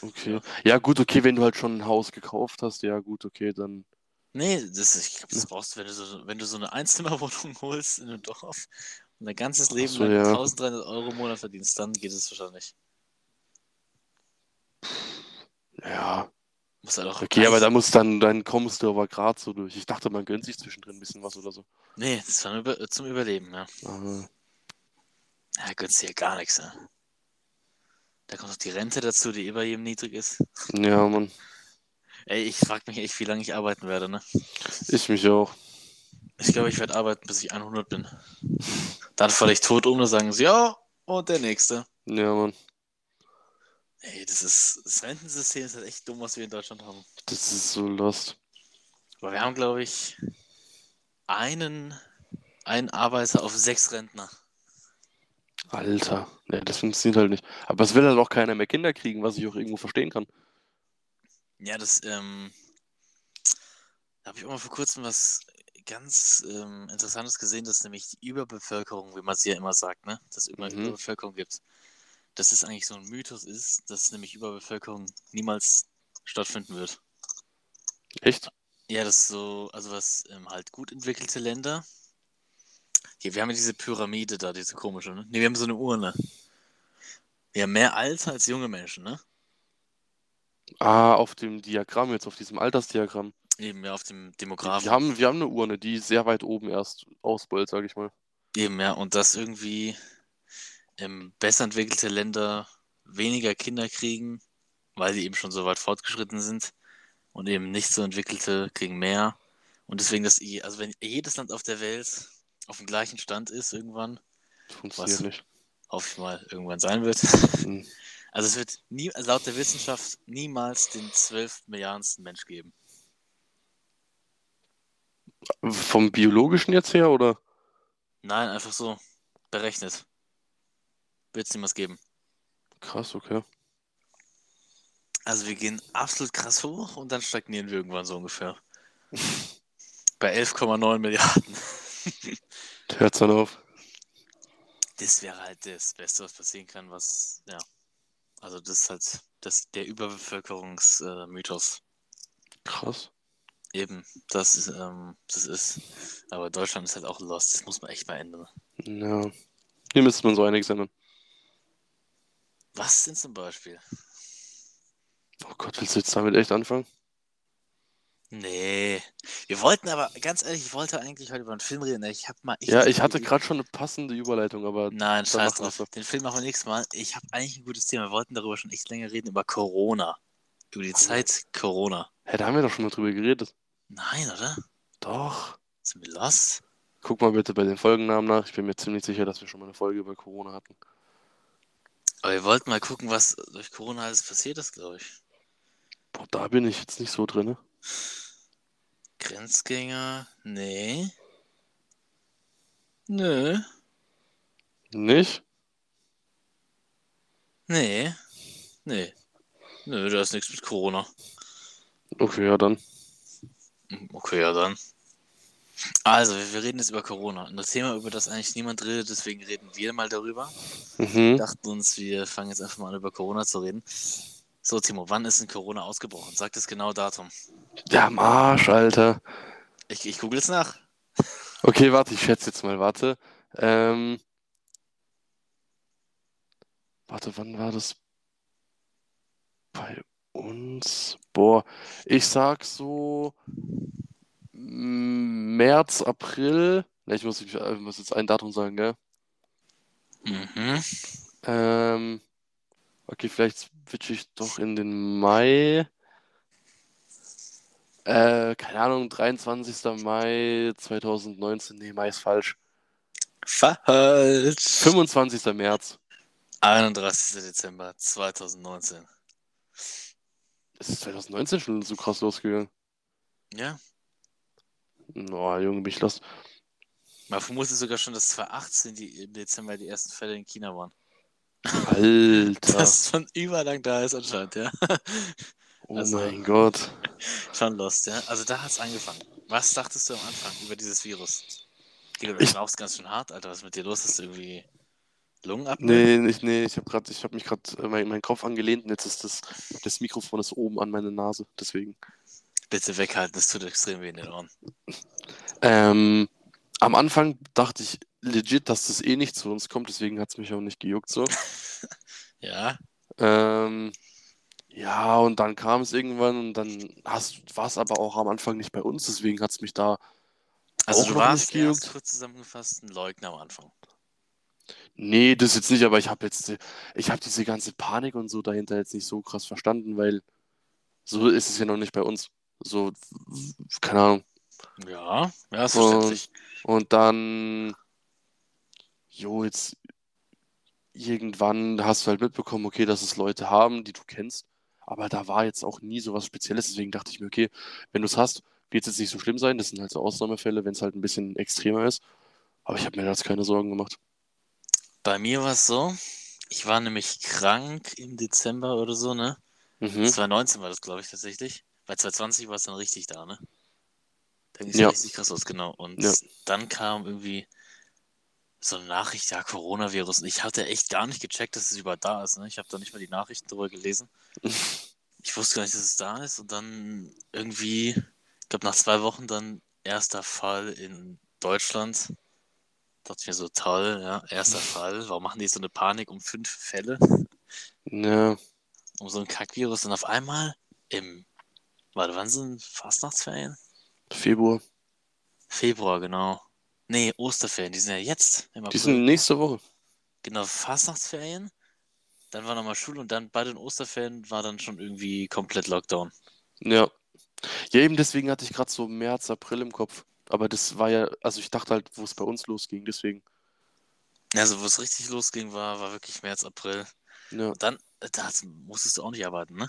Speaker 2: Okay. Ja, gut, okay, wenn du halt schon ein Haus gekauft hast, ja, gut, okay, dann.
Speaker 1: Nee, das, ich glaube, das brauchst du, wenn du so, wenn du so eine Einzimmerwohnung *laughs* holst in einem Dorf und dein ganzes Leben
Speaker 2: so,
Speaker 1: lang
Speaker 2: ja.
Speaker 1: 1300 Euro im Monat verdienst, dann geht es wahrscheinlich.
Speaker 2: Ja,
Speaker 1: Muss halt auch
Speaker 2: okay, aber da muss dann, dann kommst du aber gerade so durch. Ich dachte, man gönnt sich zwischendrin ein bisschen was oder so.
Speaker 1: Nee, das war nur über, zum Überleben, ja.
Speaker 2: Aha.
Speaker 1: Ja, gönnst dir ja gar nichts, ne? Da kommt noch die Rente dazu, die eh bei jedem niedrig ist.
Speaker 2: Ja, Mann.
Speaker 1: Ey, ich frag mich echt, wie lange ich arbeiten werde, ne?
Speaker 2: Ich mich auch.
Speaker 1: Ich glaube, ich werde arbeiten, bis ich 100 bin. Dann falle ich tot um und sagen sie, ja, und der Nächste.
Speaker 2: Ja, Mann.
Speaker 1: Ey, das ist, das Rentensystem ist halt echt dumm, was wir in Deutschland haben.
Speaker 2: Das ist so lost.
Speaker 1: Aber wir haben, glaube ich, einen, einen Arbeiter auf sechs Rentner.
Speaker 2: Alter. Ja, das funktioniert halt nicht. Aber es will halt auch keiner mehr Kinder kriegen, was ich auch irgendwo verstehen kann.
Speaker 1: Ja, das, ähm, da habe ich auch mal vor kurzem was ganz ähm, Interessantes gesehen, dass nämlich die Überbevölkerung, wie man es ja immer sagt, ne, dass es immer
Speaker 2: Mhm.
Speaker 1: Überbevölkerung gibt, dass das eigentlich so ein Mythos ist, dass nämlich Überbevölkerung niemals stattfinden wird.
Speaker 2: Echt?
Speaker 1: Ja, das ist so, also was ähm, halt gut entwickelte Länder. Hier, wir haben ja diese Pyramide da, diese komische, ne? Ne, wir haben so eine Urne. Wir haben mehr Alte als junge Menschen, ne?
Speaker 2: Ah, auf dem Diagramm, jetzt auf diesem Altersdiagramm.
Speaker 1: Eben, ja, auf dem
Speaker 2: Wir
Speaker 1: Demografen.
Speaker 2: haben, wir haben eine Urne, die sehr weit oben erst ausbeult, sag ich mal.
Speaker 1: Eben, ja, und dass irgendwie ähm, besser entwickelte Länder weniger Kinder kriegen, weil die eben schon so weit fortgeschritten sind. Und eben nicht so entwickelte kriegen mehr. Und deswegen, dass, je- also wenn jedes Land auf der Welt auf dem gleichen Stand ist irgendwann,
Speaker 2: Das funktioniert
Speaker 1: Was?
Speaker 2: nicht.
Speaker 1: hoffe ich mal, irgendwann sein wird.
Speaker 2: Hm.
Speaker 1: *laughs* Also es wird nie, laut der Wissenschaft niemals den 12 Milliardensten Mensch geben.
Speaker 2: Vom biologischen jetzt her oder?
Speaker 1: Nein, einfach so berechnet. Wird es niemals geben.
Speaker 2: Krass, okay.
Speaker 1: Also wir gehen absolut krass hoch und dann stagnieren wir irgendwann so ungefähr. Bei 11,9 Milliarden.
Speaker 2: Hört's dann auf.
Speaker 1: Das wäre halt das Beste, was passieren kann, was, ja. Also das ist halt das, der Überbevölkerungsmythos.
Speaker 2: Krass.
Speaker 1: Eben, das ist, ähm, das ist. Aber Deutschland ist halt auch lost. Das muss man echt mal ändern.
Speaker 2: Ja. Hier müsste man so einiges ändern.
Speaker 1: Was denn zum Beispiel?
Speaker 2: Oh Gott, willst du jetzt damit echt anfangen?
Speaker 1: Nee. Wir wollten aber, ganz ehrlich, ich wollte eigentlich heute über einen Film reden. ne? Ich habe mal. echt
Speaker 2: Ja,
Speaker 1: eine
Speaker 2: ich
Speaker 1: gute
Speaker 2: hatte
Speaker 1: Idee.
Speaker 2: gerade schon eine passende Überleitung, aber
Speaker 1: Nein, scheiß
Speaker 2: machen wir's
Speaker 1: drauf.
Speaker 2: doch.
Speaker 1: Den Film machen wir nächstes Mal. Ich habe eigentlich ein gutes Thema. Wir wollten darüber schon echt länger reden, über Corona. Über die Zeit Corona.
Speaker 2: hä, da haben wir doch schon mal drüber geredet.
Speaker 1: Nein, oder?
Speaker 2: Doch.
Speaker 1: Sind wir lost?
Speaker 2: Guck mal bitte bei den Folgennamen nach. Ich bin mir ziemlich sicher, dass wir schon mal eine Folge über Corona hatten.
Speaker 1: Aber wir wollten mal gucken, was durch Corona alles passiert ist, glaube ich.
Speaker 2: Boah, da bin ich jetzt nicht so drin. Ne?
Speaker 1: Grenzgänger? Nee. Nö.
Speaker 2: Nicht?
Speaker 1: Nee. Nee. Nö, da ist nichts mit Corona.
Speaker 2: Okay, ja dann.
Speaker 1: Hm, Okay, ja dann. Also, wir, wir reden jetzt über Corona. Ein Thema, über das eigentlich niemand redet, deswegen reden wir mal darüber.
Speaker 2: Mhm.
Speaker 1: Dachten uns, wir fangen jetzt einfach mal an, über Corona zu reden. So, Timo, wann ist denn Corona ausgebrochen? Sag das genaue Datum.
Speaker 2: Ja, am Arsch, Alter.
Speaker 1: Ich, ich google es nach.
Speaker 2: Okay, warte, ich schätze jetzt mal, warte. Ähm, warte, wann war das bei uns? Boah, ich sag so mm, März, April. Ne, ich muss, ich äh, muss jetzt ein Datum sagen, gell?
Speaker 1: Mhm.
Speaker 2: Ähm, okay, vielleicht switche ich doch in den Mai. Äh, keine Ahnung, 23. Mai 2019. Nee, Mai ist falsch.
Speaker 1: Falsch.
Speaker 2: 25. März.
Speaker 1: 31. Dezember 2019.
Speaker 2: Ist es 2019 schon so krass losgegangen?
Speaker 1: Ja,
Speaker 2: No, Junge, bin ich lost.
Speaker 1: man vermutet sogar schon, dass 2018 die, im Dezember die ersten Fälle in China waren.
Speaker 2: Alter.
Speaker 1: Das schon überlang da ist anscheinend, ja.
Speaker 2: oh
Speaker 1: also-
Speaker 2: mein Gott.
Speaker 1: Schon lost, ja. Also da hat's angefangen. Was dachtest du am Anfang über dieses Virus? Digga, du
Speaker 2: Ich-
Speaker 1: rauchst ganz schön hart, Alter. Was ist mit dir los? Hast du irgendwie Lungen ab?
Speaker 2: Nee, ich, nee, ich habe grad, ich hab mich gerade äh, mein, mein Kopf angelehnt und jetzt ist das, das Mikrofon ist oben an meine Nase. Deswegen.
Speaker 1: Bitte weghalten, das tut extrem weh in den Ohren.
Speaker 2: Ähm, am Anfang dachte ich legit, dass das eh nicht zu uns kommt, deswegen hat es mich auch nicht gejuckt so.
Speaker 1: Ja,
Speaker 2: Ähm, ja, und dann kam es irgendwann und dann war es aber auch am Anfang nicht bei uns, deswegen hat es mich da.
Speaker 1: also
Speaker 2: Auch
Speaker 1: du
Speaker 2: noch
Speaker 1: warst
Speaker 2: nicht gejuckt?
Speaker 1: erst kurz zusammengefasst ein Leugner am Anfang.
Speaker 2: Nee, das jetzt nicht, aber ich habe jetzt, ich habe diese ganze Panik und so dahinter jetzt nicht so krass verstanden, weil so ist es ja noch nicht bei uns. So, keine Ahnung.
Speaker 1: Ja, ja, ist
Speaker 2: Und-
Speaker 1: verständlich.
Speaker 2: Und dann, jo, jetzt irgendwann hast du halt mitbekommen, okay, dass es Leute haben, die du kennst. Aber da war jetzt auch nie so was Spezielles. Deswegen dachte ich mir, okay, wenn du es hast, wird es jetzt nicht so schlimm sein. Das sind halt so Ausnahmefälle, wenn es halt ein bisschen extremer ist. Aber ich habe mir da jetzt keine Sorgen gemacht.
Speaker 1: Bei mir war es so, ich war nämlich krank im Dezember oder so, ne?
Speaker 2: Mhm.
Speaker 1: 2019 war das, glaube ich, tatsächlich. Bei 2020 war es dann richtig da, ne? Dann ging es
Speaker 2: Ja.
Speaker 1: richtig krass los, genau. Und
Speaker 2: Ja.
Speaker 1: dann kam irgendwie so eine Nachricht, ja, Coronavirus. Und ich hatte echt gar nicht gecheckt, dass es überhaupt da ist, ne? Ich habe da nicht mal die Nachrichten drüber gelesen.
Speaker 2: *laughs*
Speaker 1: Ich wusste gar nicht, dass es da ist. Und dann irgendwie, ich glaube, nach zwei Wochen dann erster Fall in Deutschland. Dachte ich mir so, toll, ja, erster
Speaker 2: *laughs*
Speaker 1: Fall. Warum machen die so eine Panik um fünf Fälle?
Speaker 2: Ja,
Speaker 1: um so ein Kackvirus und auf einmal im, warte, wann sind Fastnachtsferien?
Speaker 2: Februar.
Speaker 1: Februar, genau. Nee, Osterferien, die sind ja jetzt im
Speaker 2: Die
Speaker 1: April.
Speaker 2: sind nächste Woche.
Speaker 1: Genau, Fastnachtsferien, dann war nochmal Schule und dann bei den Osterferien war dann schon irgendwie komplett Lockdown.
Speaker 2: Ja. Ja, eben deswegen hatte ich gerade so März, April im Kopf. Aber das war ja, also ich dachte halt, wo es bei uns losging, deswegen.
Speaker 1: Also, wo es richtig losging, war, war wirklich März, April.
Speaker 2: Ja.
Speaker 1: Und dann, äh, da musstest du auch nicht arbeiten, ne?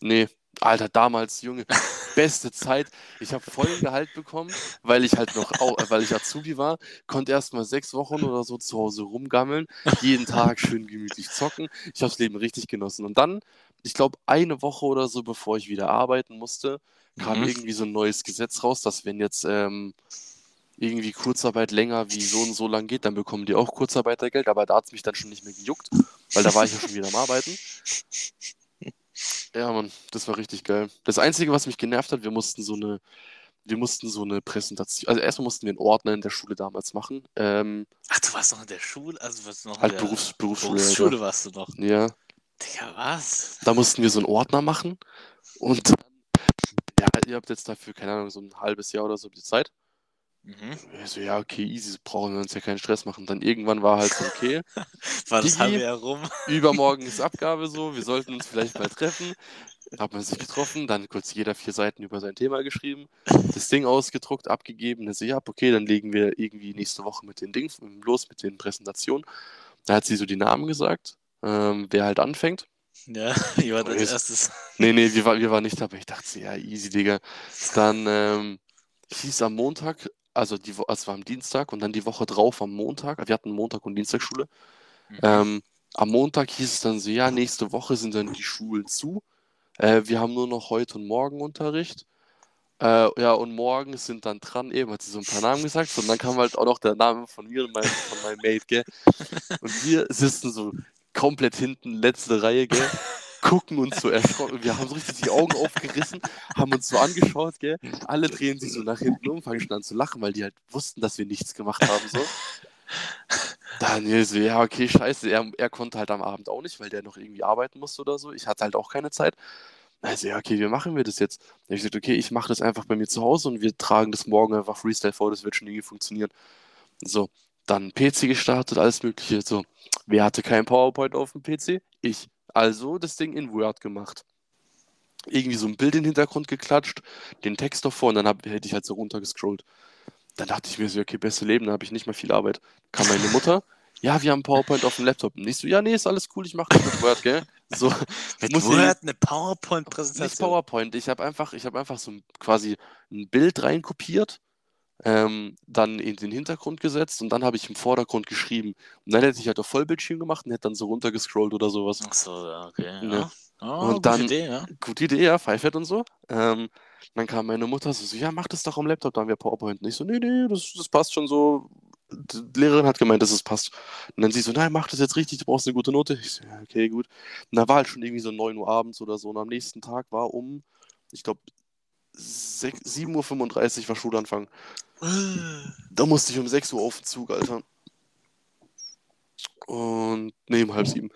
Speaker 2: Nee, Alter, damals, Junge, beste Zeit. Ich habe vollen Gehalt bekommen, weil ich halt noch, au- äh, weil ich Azubi war, konnte erst mal sechs Wochen oder so zu Hause rumgammeln, jeden Tag schön gemütlich zocken. Ich habe das Leben richtig genossen. Und dann, ich glaube, eine Woche oder so, bevor ich wieder arbeiten musste, kam
Speaker 1: Mhm.
Speaker 2: irgendwie so ein neues Gesetz raus, dass wenn jetzt ähm, irgendwie Kurzarbeit länger wie so und so lang geht, dann bekommen die auch Kurzarbeitergeld, aber da hat es mich dann schon nicht mehr gejuckt, weil da war ich ja schon wieder am Arbeiten. Ja, Mann, das war richtig geil. Das Einzige, was mich genervt hat, wir mussten so eine, wir mussten so eine Präsentation, also erstmal mussten wir einen Ordner in der Schule damals machen. Ähm,
Speaker 1: Ach, du warst noch in der Schule? Also warst du noch in
Speaker 2: halt
Speaker 1: der
Speaker 2: Berufs, Berufsschule.
Speaker 1: Berufsschule warst du noch.
Speaker 2: Alter. Ja.
Speaker 1: Digga, was?
Speaker 2: Da mussten wir so einen Ordner machen und ja, ihr habt jetzt dafür, keine Ahnung, so ein halbes Jahr oder so die Zeit.
Speaker 1: Mhm.
Speaker 2: Ich so, ja, okay, easy, so brauchen wir uns ja keinen Stress machen. Dann irgendwann war halt so, okay,
Speaker 1: War das
Speaker 2: Digi.
Speaker 1: halbe Jahr rum? *laughs*
Speaker 2: übermorgen ist Abgabe so, wir sollten uns vielleicht mal treffen. Dann Hat man sich getroffen, dann kurz jeder vier Seiten über sein Thema geschrieben, das Ding ausgedruckt, abgegeben, dann so, ja, okay, dann legen wir irgendwie nächste Woche mit den Dings los, mit den Präsentationen. Da hat sie so die Namen gesagt, ähm, wer halt anfängt.
Speaker 1: Ja, ihr wart
Speaker 2: Oh,
Speaker 1: als
Speaker 2: ist-
Speaker 1: erstes.
Speaker 2: Nee, nee, wir, war, wir waren nicht dabei. Ich dachte, so, ja, easy, Digga. Dann ähm, hieß am Montag, also die, Wo- also es war am Dienstag und dann die Woche drauf am Montag, wir hatten Montag und Dienstagsschule.
Speaker 1: Mhm.
Speaker 2: Ähm, am Montag hieß es dann so, ja, nächste Woche sind dann die Schulen zu. Äh, wir haben nur noch heute und morgen Unterricht. Äh, ja, und morgen sind dann dran, eben hat sie so ein paar Namen gesagt. So, und dann kam halt auch noch der Name von mir und mein, von meinem Mate, gell. Und wir sitzen so komplett hinten, letzte Reihe, gell gucken uns so erschrocken. Wir haben so richtig die Augen aufgerissen, haben uns so angeschaut, gell? Alle drehen sich so nach hinten um, fangen schon an zu lachen, weil die halt wussten, dass wir nichts gemacht haben. So. Daniel so, ja, okay, scheiße. Er, er konnte halt am Abend auch nicht, weil der noch irgendwie arbeiten musste oder so. Ich hatte halt auch keine Zeit. Also, ja, okay, wie machen wir das jetzt? Dann hab ich gesagt, okay, ich mache das einfach bei mir zu Hause und wir tragen das morgen einfach Freestyle vor, das wird schon irgendwie funktionieren. So, dann PC gestartet, alles Mögliche. So, Wer hatte kein PowerPoint auf dem PC? Ich. Also das Ding in Word gemacht. Irgendwie so ein Bild in den Hintergrund geklatscht, den Text davor und dann hab, hätte ich halt so runtergescrollt. Dann dachte ich mir so, okay, beste Leben, da habe ich nicht mehr viel Arbeit. Kam meine Mutter, ja, wir haben PowerPoint auf dem Laptop. Nicht so, ja, nee, ist alles cool, ich mache das mit Word, gell? So,
Speaker 1: Mit
Speaker 2: muss ich-
Speaker 1: Word eine
Speaker 2: nicht
Speaker 1: PowerPoint-Präsentation.
Speaker 2: PowerPoint, ich habe einfach, ich habe einfach so ein, quasi ein Bild reinkopiert, ähm, dann in den Hintergrund gesetzt und dann habe ich im Vordergrund geschrieben. Und dann hätte ich halt auf Vollbildschirm gemacht und hätte dann so runtergescrollt oder sowas.
Speaker 1: Ach so, ja, okay.
Speaker 2: Ne.
Speaker 1: Ja. Oh,
Speaker 2: Und
Speaker 1: gute
Speaker 2: dann-
Speaker 1: Idee, ja.
Speaker 2: Gute Idee, ja, Pfeifert und so. Ähm, dann kam meine Mutter so, so, ja, mach das doch am Laptop, dann haben wir PowerPoint. Und ich so, nee, nee, das, das passt schon so. Die Lehrerin hat gemeint, dass es passt. Und dann sie so, nein, mach das jetzt richtig, du brauchst eine gute Note. Ich so, ja, okay, gut. Und da war halt schon irgendwie so 9 Uhr abends oder so. Und am nächsten Tag war um, ich glaube, 7.35 Uhr war Schulanfang. Da musste ich um 6 Uhr auf den Zug, Alter. Und nee, um halb sieben.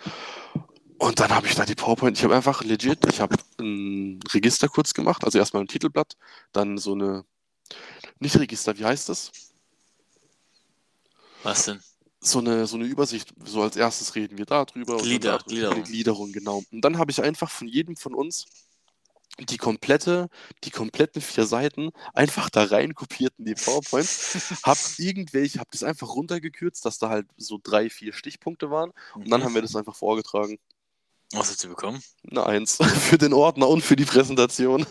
Speaker 2: Und dann habe ich da die PowerPoint. Ich habe einfach legit, ich habe ein Register kurz gemacht, also erstmal ein Titelblatt, dann so eine. Nicht Register, wie heißt das?
Speaker 1: Was denn?
Speaker 2: So eine, so eine Übersicht. So als erstes reden wir darüber. und dann
Speaker 1: Glieder-
Speaker 2: darüber.
Speaker 1: Gliederung.
Speaker 2: Eine Gliederung, genau. Und dann habe ich einfach von jedem von uns die komplette, die kompletten vier Seiten einfach da rein kopiert in
Speaker 1: *laughs*
Speaker 2: die PowerPoint. hab irgendwelche, hab das einfach runtergekürzt, dass da halt so drei, vier Stichpunkte waren. Und dann haben wir das einfach vorgetragen.
Speaker 1: Was hast du bekommen?
Speaker 2: Eine Eins. *laughs* Für den Ordner und für die Präsentation.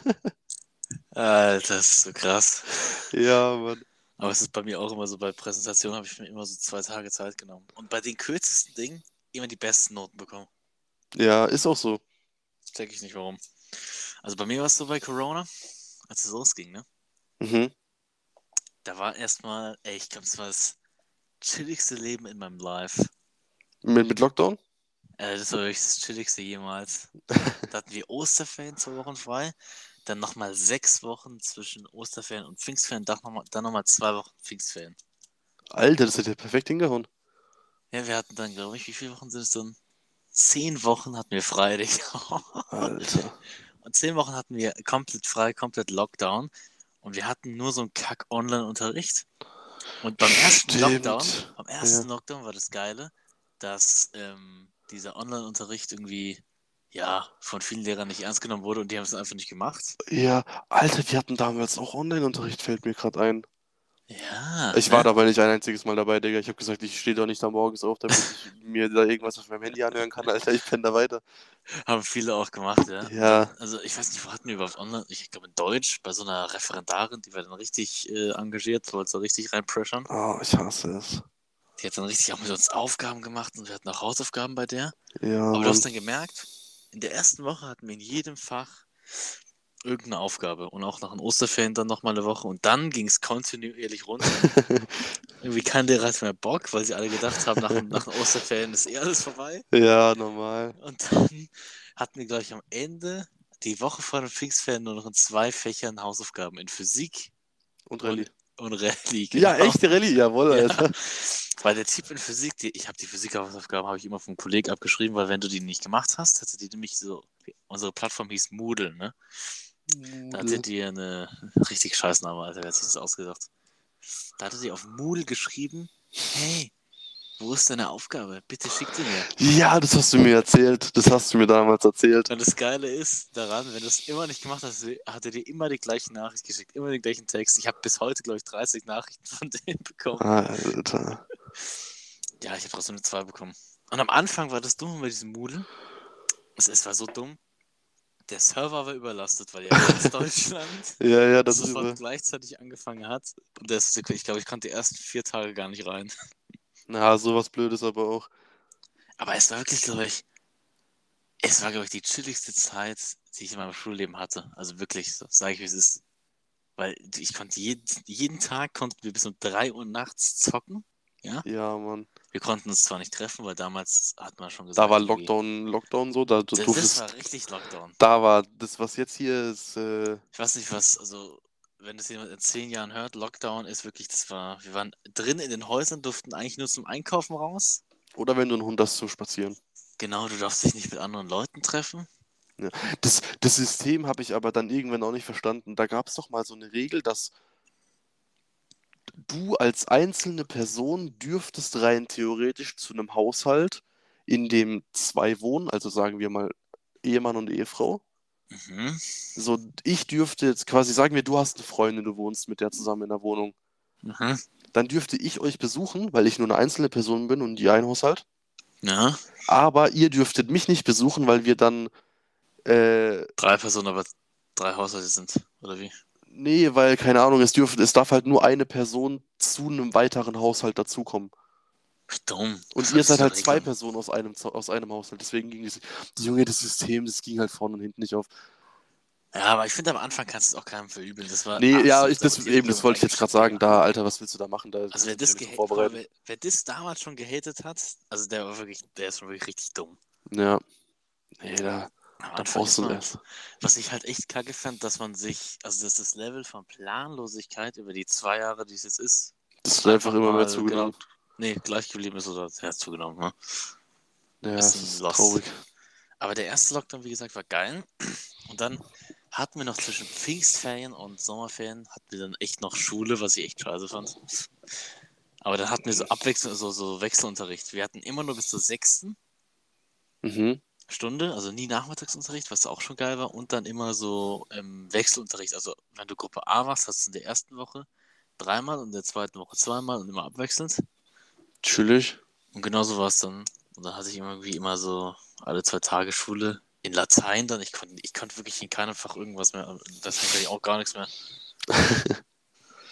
Speaker 1: Alter, Äh, das ist so krass.
Speaker 2: Ja, Mann.
Speaker 1: Aber es ist bei mir auch immer so, bei Präsentationen habe ich mir immer so zwei Tage Zeit genommen. Und bei den kürzesten Dingen immer die besten Noten bekommen.
Speaker 2: Ja, ist auch so.
Speaker 1: Check ich nicht warum. Also bei mir war es so bei Corona, als es losging, ne?
Speaker 2: Mhm.
Speaker 1: Da war erstmal, ey, ich glaube, das war das chilligste Leben in meinem Life.
Speaker 2: Mit, mit Lockdown?
Speaker 1: Äh, das war wirklich das chilligste jemals. Da hatten wir Osterferien zwei Wochen frei, dann nochmal sechs Wochen zwischen Osterferien und Pfingstferien, dann nochmal dann noch mal zwei Wochen Pfingstferien.
Speaker 2: Alter, das hat ja perfekt hingehauen.
Speaker 1: Ja, wir hatten dann, glaube ich, wie viele Wochen sind es dann? Zehn Wochen hatten wir frei, *laughs* Digga.
Speaker 2: Alter.
Speaker 1: Und zehn Wochen hatten wir komplett frei, komplett Lockdown. Und wir hatten nur so einen Kack-Online-Unterricht. Und beim ersten
Speaker 2: Stimmt.
Speaker 1: Lockdown, beim ersten Lockdown war das Geile, dass ähm, dieser Online-Unterricht irgendwie, ja, von vielen Lehrern nicht ernst genommen wurde und die haben es einfach nicht gemacht.
Speaker 2: Ja, Alter, wir hatten damals auch Online-Unterricht, fällt mir gerade ein.
Speaker 1: Ja. ne?
Speaker 2: Ich war dabei nicht ein einziges Mal dabei, Digga. Ich habe gesagt, ich stehe doch nicht da morgens auf, damit ich mir da irgendwas auf meinem Handy anhören kann. Alter, ich penne da weiter.
Speaker 1: Haben viele auch gemacht, ja.
Speaker 2: Ja.
Speaker 1: Also ich weiß nicht, wo hatten wir überhaupt online? Ich glaube in Deutsch bei so einer Referendarin, die war dann richtig äh, engagiert, wollte so richtig reinpressern.
Speaker 2: Oh, ich hasse es.
Speaker 1: Die hat dann richtig auch mit uns Aufgaben gemacht und wir hatten auch Hausaufgaben bei der.
Speaker 2: Ja,
Speaker 1: Aber du
Speaker 2: Mann.
Speaker 1: hast dann gemerkt, in der ersten Woche hatten wir in jedem Fach irgendeine Aufgabe und auch nach den Osterferien dann nochmal eine Woche und dann ging es kontinuierlich runter. Irgendwie kein Lehrer hat mehr Bock, weil sie alle gedacht haben, nach, nach den Osterferien ist eh alles vorbei.
Speaker 2: Ja, normal.
Speaker 1: Und dann hatten wir, glaube ich, am Ende die Woche vor den Pfingstferien nur noch in zwei Fächern Hausaufgaben, in Physik
Speaker 2: Und Rallye.
Speaker 1: und Rallye.
Speaker 2: Ja,
Speaker 1: genau.
Speaker 2: echte Rallye, jawohl,
Speaker 1: Ja.
Speaker 2: Alter.
Speaker 1: Weil der Typ in Physik, die, ich habe die Physikausaufgaben habe ich immer vom Kollegen abgeschrieben, weil wenn du die nicht gemacht hast, hatte die nämlich so, unsere Plattform hieß Moodle, ne? Da hatte die eine richtig scheiß Name, Alter, wer hat sich das ausgedacht? Da hatte die auf Moodle geschrieben, hey, wo ist deine Aufgabe? Bitte schick die mir.
Speaker 2: Ja, das hast du mir erzählt. Das hast du mir damals erzählt.
Speaker 1: Und das Geile ist daran, wenn du es immer nicht gemacht hast, hat er dir immer die gleiche Nachricht geschickt, immer den gleichen Text. Ich habe bis heute, glaube ich, 30 Nachrichten von denen bekommen.
Speaker 2: Alter.
Speaker 1: Ja, ich habe trotzdem eine 2 bekommen. Und am Anfang war das dumm bei diesem Moodle. Es, es war so dumm. Der Server war überlastet, weil ja
Speaker 2: *laughs*
Speaker 1: ganz Deutschland
Speaker 2: Ja, ja, das ist
Speaker 1: sofort
Speaker 2: übel.
Speaker 1: gleichzeitig angefangen hat. Und das, ich glaube, ich konnte die ersten vier Tage gar nicht rein.
Speaker 2: Na, sowas Blödes aber auch.
Speaker 1: Aber es war wirklich, glaube ich, es war, glaube ich, die chilligste Zeit, die ich in meinem Schulleben hatte. Also wirklich, so, sage ich, wie es ist. Weil ich konnte jeden, jeden Tag konnten wir bis um 3 Uhr nachts zocken.
Speaker 2: Ja, Mann.
Speaker 1: Wir konnten uns zwar nicht treffen, weil damals hat man schon gesagt.
Speaker 2: Da war
Speaker 1: halt irgendwie-
Speaker 2: Lockdown, Lockdown so, da du
Speaker 1: Das, halt das
Speaker 2: durftest.
Speaker 1: war richtig Lockdown.
Speaker 2: Da war das, was jetzt hier ist, äh,
Speaker 1: Ich weiß nicht, was, also, wenn das jemand in zehn Jahren hört, Lockdown ist wirklich, das war, wir waren drin in den Häusern, durften eigentlich nur zum Einkaufen raus.
Speaker 2: oder wenn du einen Hund hast zum Spazieren.
Speaker 1: Genau, du darfst dich nicht mit anderen Leuten treffen.
Speaker 2: Das, das System habe ich aber dann irgendwann auch nicht verstanden. Da gab es doch mal so eine Regel, dass du als einzelne Person dürftest rein theoretisch zu einem Haushalt, in dem zwei wohnen, also sagen wir mal Ehemann und Ehefrau.
Speaker 1: Mhm.
Speaker 2: So, ich dürfte jetzt quasi sagen wir, du hast eine Freundin, du wohnst mit der zusammen in der Wohnung.
Speaker 1: Mhm.
Speaker 2: Dann dürfte ich euch besuchen, weil ich nur eine einzelne Person bin und ihr ein Haushalt.
Speaker 1: Ja,
Speaker 2: Aber ihr dürftet mich nicht besuchen, weil wir dann äh,
Speaker 1: drei Personen, aber drei Haushalte sind, oder wie?
Speaker 2: Nee, weil, keine Ahnung, es dürfen, es darf halt nur eine Person zu einem weiteren Haushalt dazukommen.
Speaker 1: Wie Dumm.
Speaker 2: Und
Speaker 1: Was
Speaker 2: ihr
Speaker 1: ist
Speaker 2: seid
Speaker 1: für
Speaker 2: halt zwei
Speaker 1: Regeln?
Speaker 2: Personen aus einem, Zo- aus einem Haushalt. Deswegen ging das, Junge, das System, das ging halt vorne und hinten nicht auf.
Speaker 1: Ja, aber ich finde, am Anfang kannst du es auch keinem verübeln. Ah, Das war
Speaker 2: Nee, ja,
Speaker 1: absolut
Speaker 2: ich, das,
Speaker 1: sabotiert,
Speaker 2: eben, das
Speaker 1: wenn
Speaker 2: wollte ich
Speaker 1: man
Speaker 2: jetzt gerade sagen. Da, Alter, was willst du da machen? Da
Speaker 1: Also wer
Speaker 2: bist
Speaker 1: das,
Speaker 2: du nicht
Speaker 1: geha-
Speaker 2: vorbereitet.
Speaker 1: wer, wer das damals schon gehatet hat, also der war wirklich, der ist schon wirklich richtig dumm.
Speaker 2: Ja. Nee, da,
Speaker 1: Am
Speaker 2: da
Speaker 1: Anfang
Speaker 2: brauchst
Speaker 1: ist
Speaker 2: du
Speaker 1: man-
Speaker 2: erst.
Speaker 1: Was ich halt echt kacke fand, dass man sich, also dass das Level von Planlosigkeit über die zwei Jahre, die es jetzt ist,
Speaker 2: Das ist einfach immer mehr
Speaker 1: mal
Speaker 2: zugenommen.
Speaker 1: Genau, nee, gleich geblieben ist oder ja, zugenommen. Ne?
Speaker 2: Ja,
Speaker 1: genau. Bisschen
Speaker 2: das ist
Speaker 1: lost.
Speaker 2: traurig.
Speaker 1: Aber der erste Lockdown, wie gesagt, war geil. Und dann hatten wir noch zwischen Pfingstferien und Sommerferien, hatten wir dann echt noch Schule, was ich echt scheiße fand. Aber dann hatten wir so Abwechslung, so, so Wechselunterricht. Wir hatten immer nur bis zur sechsten
Speaker 2: Mhm.
Speaker 1: Stunde, also nie Nachmittagsunterricht, was auch schon geil war, und dann immer so ähm, Wechselunterricht. Also, wenn du Gruppe A warst, hast du in der ersten Woche dreimal und in der zweiten Woche zweimal und immer abwechselnd.
Speaker 2: Chillig.
Speaker 1: Und genauso war es dann. Und dann hatte ich immer irgendwie immer so alle zwei Tage Schule in Latein dann. Ich konnte ich konnte wirklich in keinem Fach irgendwas mehr. In Latein konnte ich auch gar nichts
Speaker 2: *laughs*
Speaker 1: mehr.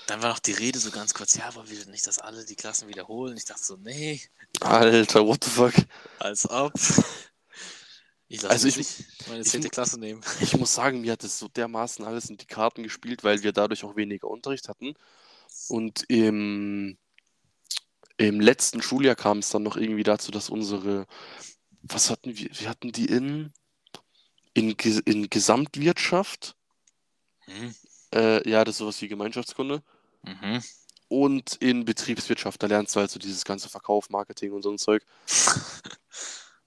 Speaker 1: dann war noch die Rede so ganz kurz: Ja, wollen wir denn nicht, dass alle die Klassen wiederholen? Ich dachte so: Nee,
Speaker 2: Alter, what the fuck?
Speaker 1: als
Speaker 2: *laughs*
Speaker 1: ob. Ich lasse
Speaker 2: Also
Speaker 1: also
Speaker 2: ich-
Speaker 1: ich, meine
Speaker 2: ich-
Speaker 1: zehnte Klasse nehmen.
Speaker 2: Ich muss sagen, mir hat es so dermaßen alles in die Karten gespielt, weil wir dadurch auch weniger Unterricht hatten. Und im, im letzten Schuljahr kam es dann noch irgendwie dazu, dass unsere, was hatten wir, wir hatten die in, in, Ge- in Gesamtwirtschaft,
Speaker 1: Hm.
Speaker 2: äh, ja, das ist sowas wie Gemeinschaftskunde,
Speaker 1: Mhm.
Speaker 2: und in Betriebswirtschaft, da lernst du halt so dieses ganze Verkauf, Marketing und so ein Zeug.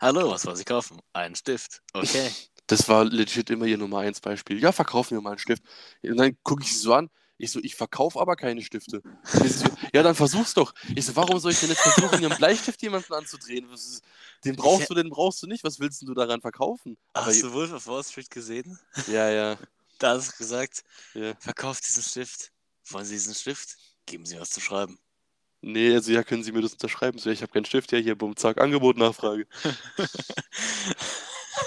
Speaker 1: Hallo, was wollen Sie kaufen? Einen Stift. *laughs* Okay.
Speaker 2: Das war legit immer ihr Nummer 1 Beispiel. Ja, verkauf mir mal einen Stift. Und dann gucke ich sie so an. Ich so, ich verkaufe aber keine Stifte. Und sie so, ja, dann versuch's doch. Ich so, warum soll ich denn jetzt versuchen, ihren Bleistift jemanden anzudrehen? Was ist, den brauchst du, den brauchst du nicht. Was willst denn du daran verkaufen? Aber
Speaker 1: Hast du Wolf of Wall Street gesehen?
Speaker 2: ja, ja.
Speaker 1: Da hast du gesagt,
Speaker 2: Ja.
Speaker 1: verkauft diesen Stift. Wollen Sie diesen Stift? Geben Sie was zu schreiben.
Speaker 2: Nee, also ja, können Sie mir das unterschreiben? So, ja, ich habe keinen Stift. Ja, hier, bumm, zack, Angebot, Nachfrage.
Speaker 1: So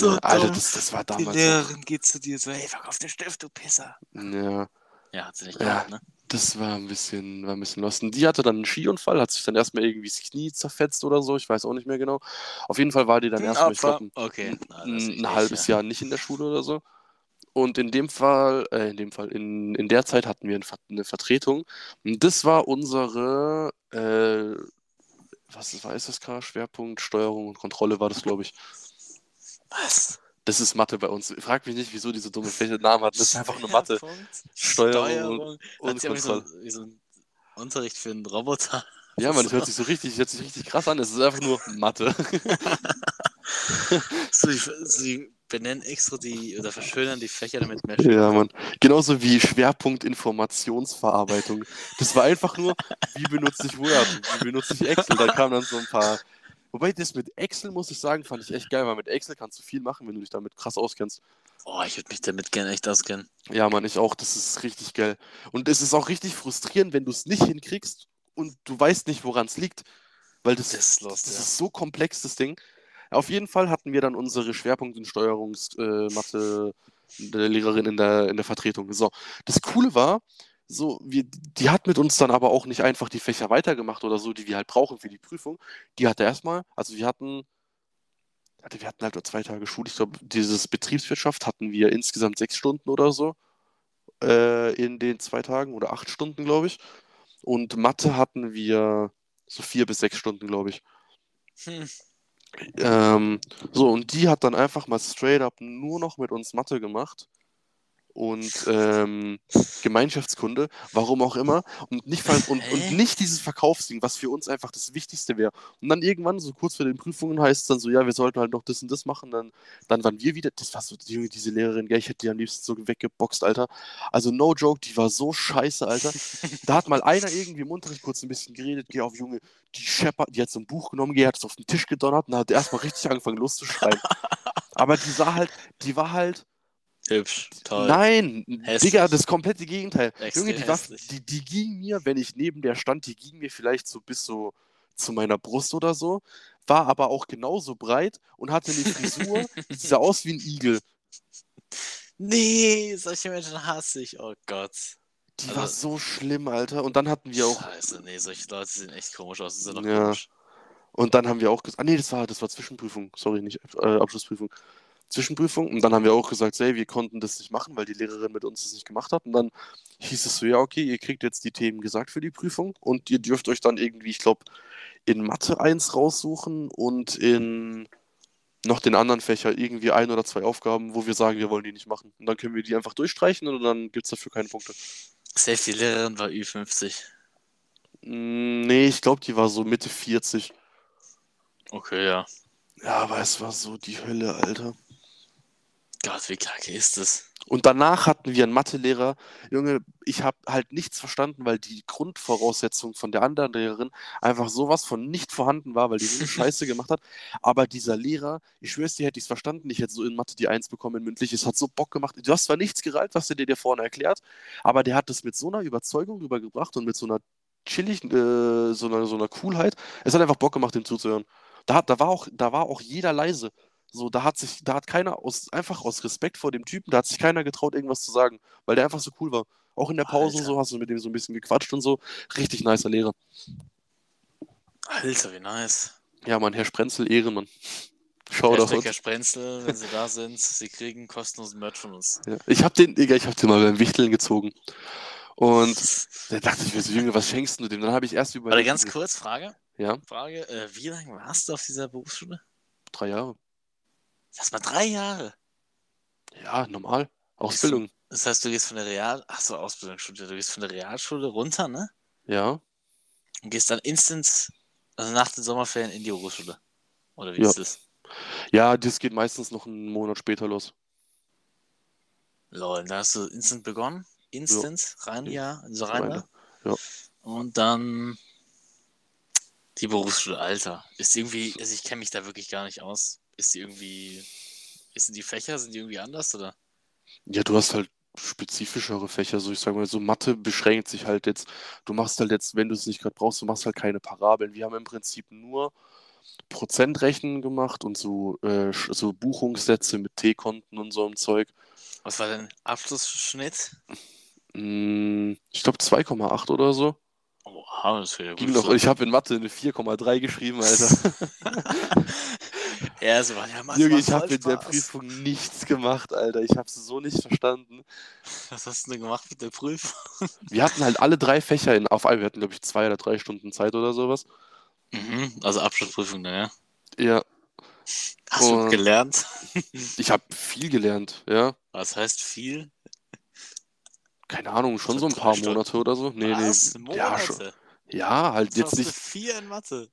Speaker 2: ja, Alter,
Speaker 1: dumm.
Speaker 2: das, das war
Speaker 1: Die
Speaker 2: damals.
Speaker 1: Lehrerin geht zu dir so, hey, verkauf den Stift, du Pisser.
Speaker 2: Ja,
Speaker 1: Ja, hat sie nicht
Speaker 2: Ja.
Speaker 1: gemacht, ne?
Speaker 2: das war ein bisschen, war ein bisschen lost. Und die hatte dann einen Skiunfall, hat sich dann erstmal irgendwie das Knie zerfetzt oder so. Ich weiß auch nicht mehr genau. Auf jeden Fall war die dann erstmal, ich glaube,
Speaker 1: Okay. Na, Ah, das ist
Speaker 2: ein,
Speaker 1: richtig,
Speaker 2: ein halbes Jahr nicht in der Schule oder so. Und in dem Fall, äh, in dem Fall, in, in der Zeit hatten wir ein Ver- eine Vertretung. Und das war unsere, äh, was ist, war SSK? Schwerpunkt Steuerung und Kontrolle war das, glaube ich.
Speaker 1: Was?
Speaker 2: Das ist Mathe bei uns. Frag mich nicht, wieso diese dumme Fläche einen Namen hat. Das ist einfach nur Mathe.
Speaker 1: Schwerpunkt,
Speaker 2: Steuerung
Speaker 1: Steuerung.
Speaker 2: und
Speaker 1: Hat sie aber so,
Speaker 2: Kontrolle.
Speaker 1: wie so ein Unterricht für einen Roboter. *laughs*
Speaker 2: Ja, man, das hört sich so richtig, hört sich richtig krass an. Es ist einfach nur Mathe.
Speaker 1: So, die- Sie benennen extra die oder verschönern die Fächer damit mehr
Speaker 2: *laughs* Ja, Mann. Genauso wie Schwerpunkt Informationsverarbeitung. Das war einfach nur, wie benutze ich Word, wie benutze ich Excel. Da kamen dann so ein paar. Wobei das mit Excel, muss ich sagen, fand ich echt geil, weil mit Excel kannst du viel machen, wenn du dich damit krass auskennst.
Speaker 1: Oh, ich würde mich damit gerne echt auskennen.
Speaker 2: Ja, Mann, ich auch. Das ist richtig geil. Und es ist auch richtig frustrierend, wenn du es nicht hinkriegst und du weißt nicht, woran es liegt. Weil das,
Speaker 1: Das ist lost,
Speaker 2: das
Speaker 1: ja.
Speaker 2: ist so komplex, das Ding. Auf jeden Fall hatten wir dann unsere Schwerpunkt in Steuerungsmatte äh, Mathe, der Lehrerin in der, in der Vertretung. So, das Coole war, so, wir, die hat mit uns dann aber auch nicht einfach die Fächer weitergemacht oder so, die wir halt brauchen für die Prüfung. Die hatte erstmal, also wir hatten, hatte, wir hatten halt nur zwei Tage Schule. Ich glaube, dieses Betriebswirtschaft hatten wir insgesamt sechs Stunden oder so äh, in den zwei Tagen oder acht Stunden, glaube ich. Und Mathe hatten wir so vier bis sechs Stunden, glaube ich.
Speaker 1: Hm.
Speaker 2: Ähm, so, und die hat dann einfach mal straight up nur noch mit uns Mathe gemacht und ähm, Gemeinschaftskunde, warum auch immer, und nicht, ver- und,
Speaker 1: Hä?
Speaker 2: und nicht dieses Verkaufsding, was für uns einfach das Wichtigste wäre. Und dann irgendwann, so kurz vor den Prüfungen, heißt es dann so, ja, wir sollten halt noch das und das machen, dann, dann waren wir wieder, das war so, Junge, diese Lehrerin, gell, ich hätte die am liebsten so weggeboxt, Alter. Also no joke, die war so scheiße, Alter. Da hat mal einer irgendwie im Unterricht kurz ein bisschen geredet, geh auf, Junge, die Shepard, die hat so ein Buch genommen, die hat es auf den Tisch gedonnert und hat erstmal richtig
Speaker 1: *laughs*
Speaker 2: angefangen loszuschreien. Aber die sah halt, die war halt,
Speaker 1: Hübsch, toll.
Speaker 2: nein,
Speaker 1: Hässlich.
Speaker 2: Digga, das komplette Gegenteil.
Speaker 1: Extrem
Speaker 2: Junge, die, war,
Speaker 1: hässlich.
Speaker 2: die, die ging mir, wenn ich neben der stand, die ging mir vielleicht so bis so zu meiner Brust oder so, war aber auch genauso breit und hatte eine Frisur, die
Speaker 1: *laughs*
Speaker 2: sah aus wie ein Igel.
Speaker 1: Nee, solche Menschen hasse ich. Oh Gott.
Speaker 2: Die
Speaker 1: Also-
Speaker 2: war so schlimm, Alter. Und dann hatten wir auch,
Speaker 1: Scheiße, nee, solche Leute sehen echt komisch aus. Die sind doch
Speaker 2: Ja.
Speaker 1: komisch.
Speaker 2: Und dann haben wir auch gesagt, ah nee, das war, das war Zwischenprüfung, sorry, nicht äh, Abschlussprüfung. Zwischenprüfung. Und dann haben wir auch gesagt, so, hey, wir konnten das nicht machen, weil die Lehrerin mit uns das nicht gemacht hat. Und dann hieß es so, ja, okay, ihr kriegt jetzt die Themen gesagt für die Prüfung und ihr dürft euch dann irgendwie, ich glaube, in Mathe eins raussuchen und in noch den anderen Fächer irgendwie ein oder zwei Aufgaben, wo wir sagen, wir wollen die nicht machen. Und dann können wir die einfach durchstreichen und dann gibt es dafür keine Punkte.
Speaker 1: Safe, die Lehrerin war Ü50.
Speaker 2: Mm, Nee, ich glaube, die war so Mitte 40.
Speaker 1: Okay, ja.
Speaker 2: Ja, aber es war so die Hölle, Alter.
Speaker 1: Gott, wie kacke ist das?
Speaker 2: Und danach hatten wir einen Mathelehrer. Junge, ich habe halt nichts verstanden, weil die Grundvoraussetzung von der anderen Lehrerin einfach sowas von nicht vorhanden war, weil die so eine Scheiße gemacht hat. Aber dieser Lehrer, ich schwör's dir, hätte ich's verstanden, ich hätte so in Mathe die Eins bekommen in mündlich. Es hat so Bock gemacht. Du hast zwar nichts gerallt, was er dir da vorne erklärt, aber der hat es mit so einer Überzeugung rübergebracht und mit so einer chilligen, äh, so einer, so einer Coolheit. Es hat einfach Bock gemacht, ihm zuzuhören. Da, hat, da, war auch, da war auch jeder leise. So, da hat sich, da hat keiner aus, einfach aus Respekt vor dem Typen, da hat sich keiner getraut, irgendwas zu sagen, weil der einfach so cool war. Auch in der Pause und
Speaker 1: Alter.
Speaker 2: so hast du mit dem so ein bisschen gequatscht und so. Richtig nicer Lehrer.
Speaker 1: Alter, wie nice.
Speaker 2: Ja, Mann, Herr Sprenzel, Ehrenmann. Schau doch.
Speaker 1: Hashtag Herr Sprenzel, wenn sie da sind, sie kriegen kostenlosen Merch von uns.
Speaker 2: Ja. Ich hab den, Digga, ich hab den mal beim Wichteln gezogen. Und da dachte ich mir so, Junge, was schenkst du dem? Dann habe ich erst überlegt.
Speaker 1: Warte, ganz kurz, Frage.
Speaker 2: Ja,
Speaker 1: Frage, äh, wie lange warst du auf dieser Berufsschule?
Speaker 2: drei Jahre.
Speaker 1: Das mal drei Jahre.
Speaker 2: Ja, normal. Ausbildung.
Speaker 1: Das heißt, du gehst von der Real, ach so, Ausbildungsschule, du gehst von der Realschule runter, ne?
Speaker 2: Ja.
Speaker 1: Und gehst dann instant, also nach den Sommerferien in die Hochschule. Oder wie
Speaker 2: Ja.
Speaker 1: ist das?
Speaker 2: Ja, das geht meistens noch einen Monat später los.
Speaker 1: Lol, da hast du instant begonnen. Instant, rein, ja, so rein,
Speaker 2: Rein,
Speaker 1: ne?
Speaker 2: ja.
Speaker 1: Und dann die Berufsschule, Alter. Ist irgendwie, also ich kenne mich da wirklich gar nicht aus. Ist die irgendwie, ist die Fächer, sind die irgendwie anders, oder?
Speaker 2: Ja, du hast halt spezifischere Fächer, so ich sag mal, so Mathe beschränkt sich halt jetzt. Du machst halt jetzt, wenn du es nicht gerade brauchst, du machst halt keine Parabeln. Wir haben im Prinzip nur Prozentrechnen gemacht und so, äh, sch- so Buchungssätze mit T-Konten und so einem Zeug.
Speaker 1: Was war dein Abschlussschnitt?
Speaker 2: Mm, Ich glaube 2,8 oder so.
Speaker 1: Oha, Oh, das wäre ja
Speaker 2: Ging
Speaker 1: gut.
Speaker 2: noch,
Speaker 1: so.
Speaker 2: ich habe in Mathe eine 4,3 geschrieben,
Speaker 1: *laughs*
Speaker 2: Alter.
Speaker 1: Ja, so war ja Mann,
Speaker 2: Junge,
Speaker 1: macht
Speaker 2: ich habe
Speaker 1: voll
Speaker 2: in der
Speaker 1: Spaß.
Speaker 2: Prüfung nichts gemacht, Alter. Ich habe es so nicht verstanden.
Speaker 1: Was hast du denn gemacht mit der Prüfung?
Speaker 2: Wir hatten halt alle drei Fächer in, auf einmal. Wir hatten, glaube ich, zwei oder drei Stunden Zeit oder sowas.
Speaker 1: Mhm, also Abschlussprüfung, naja.
Speaker 2: Ja,
Speaker 1: Hast du
Speaker 2: Und-
Speaker 1: gelernt?
Speaker 2: Ich habe viel gelernt, ja.
Speaker 1: Was heißt viel?
Speaker 2: Keine Ahnung, schon
Speaker 1: So
Speaker 2: so ein
Speaker 1: drei
Speaker 2: paar
Speaker 1: Stunden.
Speaker 2: Monate oder so. Nee,
Speaker 1: Was?
Speaker 2: nee. Ja, schon,
Speaker 1: Monate?
Speaker 2: ja, halt
Speaker 1: Jetzt hast
Speaker 2: jetzt
Speaker 1: nicht.
Speaker 2: nicht.
Speaker 1: du vier in Mathe.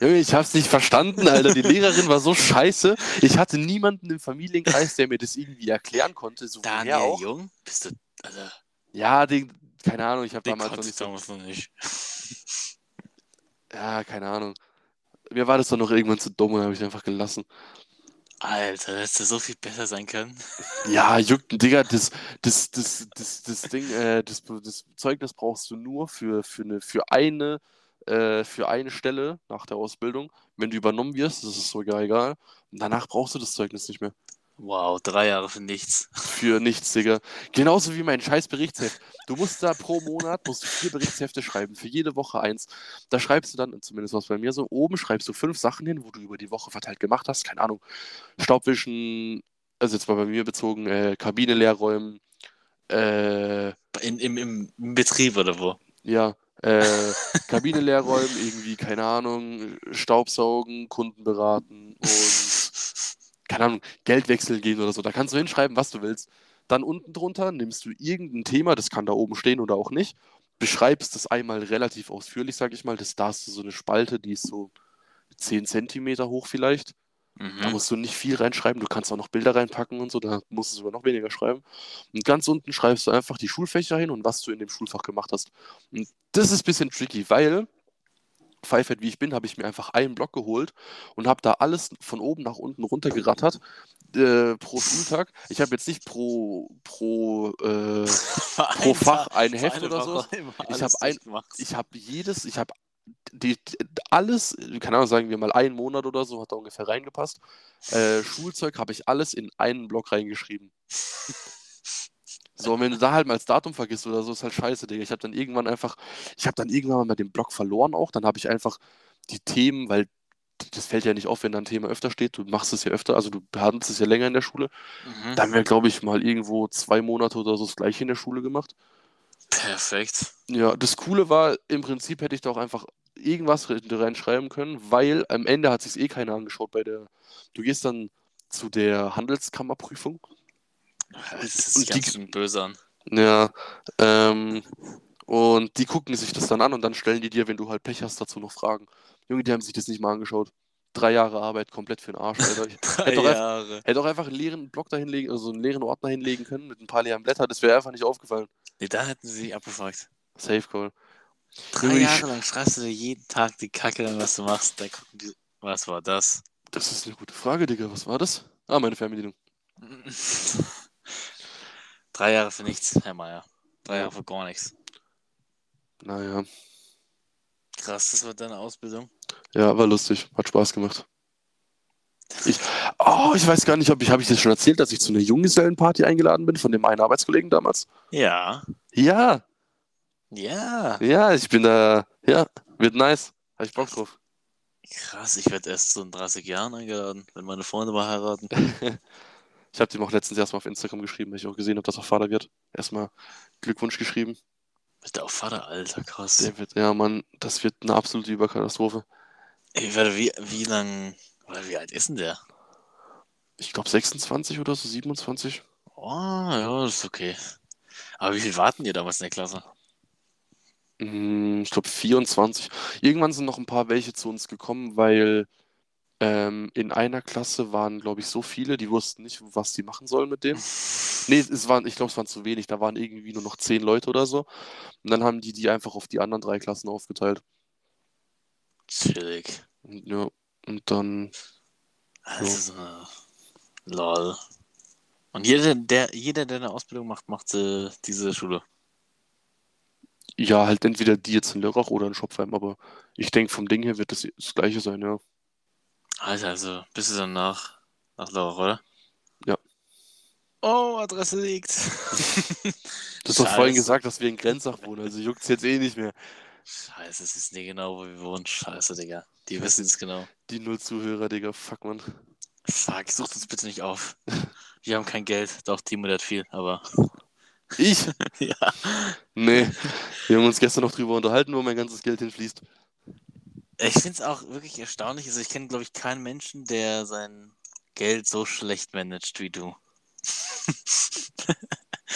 Speaker 2: Junge, ich hab's nicht verstanden, Alter. Die Lehrerin war so scheiße. Ich hatte niemanden im Familienkreis, der mir das irgendwie erklären konnte. So woher
Speaker 1: Daniel
Speaker 2: auch.
Speaker 1: Jung? Bist du. Also,
Speaker 2: Ja, den, keine Ahnung, ich habe
Speaker 1: den
Speaker 2: damals noch nicht
Speaker 1: konntest du
Speaker 2: so.
Speaker 1: noch nicht.
Speaker 2: Ja, keine Ahnung. Mir war das dann noch irgendwann zu dumm und habe ich einfach gelassen.
Speaker 1: Alter, hättest du so viel besser sein können.
Speaker 2: Ja, juckt, Digga, das, das, das, das, das Ding, äh, das, das Zeugnis brauchst du nur für, für eine, für eine, äh, für eine Stelle nach der Ausbildung. Wenn du übernommen wirst, das ist sogar egal. Und danach brauchst du das Zeugnis nicht mehr.
Speaker 1: Wow, drei Jahre für nichts.
Speaker 2: Für nichts, Digga. Genauso wie mein scheiß Berichtsheft. Du musst da pro Monat musst du vier Berichtshefte schreiben, für jede Woche eins. Da schreibst du dann, zumindest was bei mir so, oben schreibst du fünf Sachen hin, wo du über die Woche verteilt gemacht hast. Keine Ahnung. Staubwischen, also jetzt mal bei mir bezogen, äh, Kabine leer räumen, äh,
Speaker 1: In, im, im, Im Betrieb oder wo?
Speaker 2: ja, äh, Kabine leer räumen, irgendwie, keine Ahnung, Staubsaugen, Kunden beraten und keine Ahnung, Geld wechseln gehen oder so. Da kannst du hinschreiben, was du willst. Dann unten drunter nimmst du irgendein Thema, das kann da oben stehen oder auch nicht, beschreibst das einmal relativ ausführlich, sag ich mal. Das, da hast du so eine Spalte, die ist so 10 Zentimeter hoch vielleicht. Da
Speaker 1: Mhm.
Speaker 2: musst du nicht viel reinschreiben, du kannst auch noch Bilder reinpacken und so, da musst du sogar noch weniger schreiben. Und ganz unten schreibst du einfach die Schulfächer hin und was du in dem Schulfach gemacht hast. Und das ist ein bisschen tricky, weil, Pfeifert wie ich bin, habe ich mir einfach einen Block geholt und habe da alles von oben nach unten runtergerattert äh, pro Schultag. Ich habe jetzt nicht pro, pro, äh,
Speaker 1: *laughs*
Speaker 2: pro Fach ein Heft oder so. Ich hab ein- Ich habe jedes, ich habe die, alles, keine Ahnung, sagen wir mal einen Monat oder so, hat da ungefähr reingepasst. Äh, Schulzeug habe ich alles in einen Block reingeschrieben. So, und wenn du da halt mal das Datum vergisst oder so, ist halt scheiße, Digga. Ich habe dann irgendwann einfach, ich habe dann irgendwann mal mit dem Block verloren auch. Dann habe ich einfach die Themen, weil das fällt ja nicht auf, wenn da ein Thema öfter steht. Du machst es ja öfter, also du behandelst es ja länger in der Schule.
Speaker 1: Mhm.
Speaker 2: Da haben wir, glaube ich, mal irgendwo zwei Monate oder so das gleiche in der Schule gemacht.
Speaker 1: Perfekt.
Speaker 2: Ja, das Coole war, im Prinzip hätte ich da auch einfach irgendwas re- reinschreiben können, weil am Ende hat sich eh keiner angeschaut bei der. Du gehst dann zu der Handelskammerprüfung.
Speaker 1: Das ist
Speaker 2: und die-
Speaker 1: ganz schön böse an.
Speaker 2: Ja, ähm, und die gucken sich das dann an und dann stellen die dir, wenn du halt Pech hast, dazu noch Fragen. Junge, die haben sich das nicht mal angeschaut. Drei Jahre Arbeit komplett für den Arsch, Alter. Ich
Speaker 1: Drei
Speaker 2: doch einfach-
Speaker 1: Jahre.
Speaker 2: hätte auch einfach einen leeren Block dahinlegen, also einen leeren Ordner hinlegen können mit ein paar leeren Blättern, das wäre einfach nicht aufgefallen.
Speaker 1: Nee, da hätten sie sich abgefragt.
Speaker 2: Safe Call.
Speaker 1: Drei
Speaker 2: Junge, ich-
Speaker 1: Jahre lang schreibst du dir jeden Tag die Kacke an, was du machst. Dann gucken die, was war *laughs* das?
Speaker 2: Das ist eine gute Frage, Digga. Was war das? Ah, meine Fernbedienung.
Speaker 1: Drei Jahre für nichts, Herr Meier. Drei Jahre für gar nichts.
Speaker 2: Naja.
Speaker 1: Krass, das war deine Ausbildung.
Speaker 2: Ja, war lustig. Hat Spaß gemacht. Ich, oh, ich weiß gar nicht, ob ich, habe ich dir schon erzählt, dass ich zu einer Junggesellenparty eingeladen bin von dem einen Arbeitskollegen damals?
Speaker 1: Ja.
Speaker 2: Ja,
Speaker 1: Ja.
Speaker 2: ja, ich bin da, ja, wird nice. Habe ich Bock drauf.
Speaker 1: Krass, ich werde erst so in 30 Jahren eingeladen, wenn meine Freunde mal heiraten.
Speaker 2: Ich habe dem auch letztens erstmal auf Instagram geschrieben, weil ich auch gesehen habe, dass er Vater wird. Erstmal Glückwunsch geschrieben.
Speaker 1: Wird der auch Vater, Alter, krass.
Speaker 2: Der wird, ja, Mann, das wird eine absolute Überkatastrophe.
Speaker 1: Ey, warte, wie, wie lang, oder wie alt ist denn der?
Speaker 2: Ich glaube 26 oder so, 27.
Speaker 1: Oh, ja, das ist okay. Aber wie viel warten ihr damals in der Klasse?
Speaker 2: Mm, Ich glaube 24. Irgendwann sind noch ein paar welche zu uns gekommen, weil ähm, in einer Klasse waren, glaube ich, so viele, die wussten nicht, was die machen sollen mit dem. Nee, es waren, ich glaube, es waren zu wenig. Da waren irgendwie nur noch zehn Leute oder so. Und dann haben die die einfach auf die anderen drei Klassen aufgeteilt.
Speaker 1: Chillig.
Speaker 2: Und, ja, und dann,
Speaker 1: Also, so. lol. Und jeder, der, jeder, der eine Ausbildung macht, macht äh, diese Schule.
Speaker 2: ja, halt entweder die jetzt in Lörrach oder in Schopfheim. Aber ich denke, vom Ding her wird das das Gleiche sein, ja.
Speaker 1: Alter, also bist du dann nach, nach Laura, oder?
Speaker 2: Ja.
Speaker 1: Oh, Adresse liegt.
Speaker 2: Du hast doch vorhin
Speaker 1: Scheiße.
Speaker 2: gesagt, dass wir in Grenzach wohnen, also juckt's jetzt eh nicht mehr.
Speaker 1: Scheiße, es wissen die genau, wo wir wohnen. Scheiße, Digga. Die wissen es genau.
Speaker 2: Die null Zuhörer, Digga, fuck, Mann.
Speaker 1: Fuck, sucht uns bitte nicht auf. Wir haben kein Geld. Doch, Timo, der hat viel, aber.
Speaker 2: Ich? *laughs*
Speaker 1: Ja.
Speaker 2: Nee, wir haben uns gestern noch drüber unterhalten, wo mein ganzes Geld hinfließt.
Speaker 1: Ich finde es auch wirklich erstaunlich. Also, ich kenne, glaube ich, keinen Menschen, der sein Geld so schlecht managt wie du.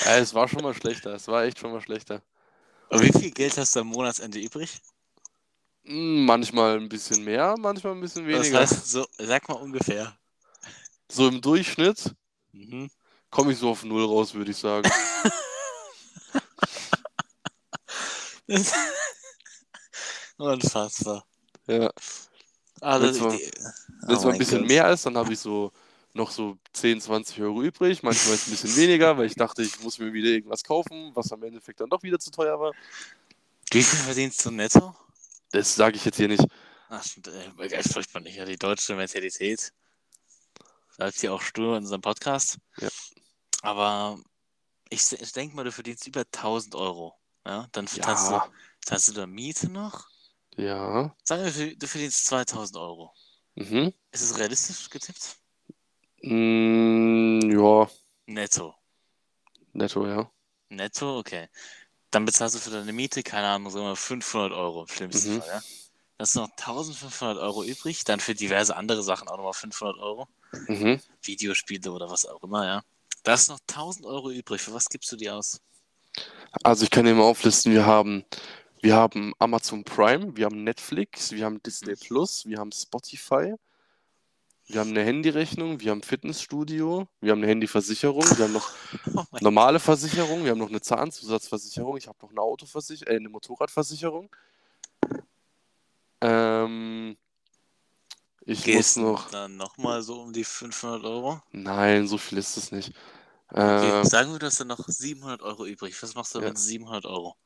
Speaker 2: Ja, es war schon mal schlechter. Es war echt schon mal schlechter.
Speaker 1: Aber wie viel Geld hast du am Monatsende übrig?
Speaker 2: Hm, Manchmal ein bisschen mehr, manchmal ein bisschen weniger.
Speaker 1: Das heißt, so, sag mal ungefähr.
Speaker 2: so im Durchschnitt
Speaker 1: Mhm.
Speaker 2: komme ich so auf Null raus, würde ich sagen.
Speaker 1: Das- *laughs* Unfassbar.
Speaker 2: ja. Willst
Speaker 1: Also,
Speaker 2: du mal-
Speaker 1: die-
Speaker 2: Wenn es
Speaker 1: Oh
Speaker 2: mal
Speaker 1: mein
Speaker 2: ein bisschen
Speaker 1: Gott.
Speaker 2: mehr ist, dann habe ich so noch so 10, 20 Euro übrig. Manchmal ist es ein bisschen weniger, weil ich dachte, ich muss mir wieder irgendwas kaufen, was am Endeffekt dann doch wieder zu teuer war.
Speaker 1: Wie viel verdienst du netto?
Speaker 2: Das sage ich jetzt hier nicht.
Speaker 1: Ach, äh, das spricht man nicht. Ja, die deutsche Mentalität. Sagt sie auch stur in unserem Podcast.
Speaker 2: Ja.
Speaker 1: Aber ich, se- ich denke mal, du verdienst über 1000 Euro. Ja, dann ja. Hast, du,
Speaker 2: Ja,
Speaker 1: hast du da Miete noch?
Speaker 2: ja.
Speaker 1: Sagen wir, du- du verdienst 2000 Euro.
Speaker 2: Mhm.
Speaker 1: Ist es realistisch getippt?
Speaker 2: Mm, ja,
Speaker 1: Netto.
Speaker 2: netto, ja.
Speaker 1: Netto, okay. Dann bezahlst du für deine Miete, keine Ahnung, sagen wir mal 500 Euro im schlimmsten
Speaker 2: Mhm.
Speaker 1: Fall, ja? Dann hast du noch 1500 Euro übrig, dann für diverse andere Sachen auch nochmal 500 Euro.
Speaker 2: Mhm.
Speaker 1: Videospiele oder was auch immer, ja. Da ist noch 1000 Euro übrig. Für was gibst du die aus?
Speaker 2: Also ich kann hier mal auflisten, wir haben, wir haben Amazon Prime, wir haben Netflix, wir haben
Speaker 1: Mhm.
Speaker 2: Disney Plus, wir haben Spotify, wir haben eine Handyrechnung, wir haben Fitnessstudio, wir haben eine Handyversicherung, wir haben noch
Speaker 1: *laughs* Oh mein
Speaker 2: normale Versicherung, wir haben noch eine Zahnzusatzversicherung, ich habe noch eine Autoversicherung, äh, eine Motorradversicherung. Ähm, ich
Speaker 1: Gehst
Speaker 2: muss noch.
Speaker 1: Dann nochmal so um die 500 Euro.
Speaker 2: Nein, so viel ist es nicht.
Speaker 1: Okay,
Speaker 2: Ähm,
Speaker 1: sagen wir, du hast dann noch 700 Euro übrig. Was machst du
Speaker 2: Ja.
Speaker 1: mit 700 Euro?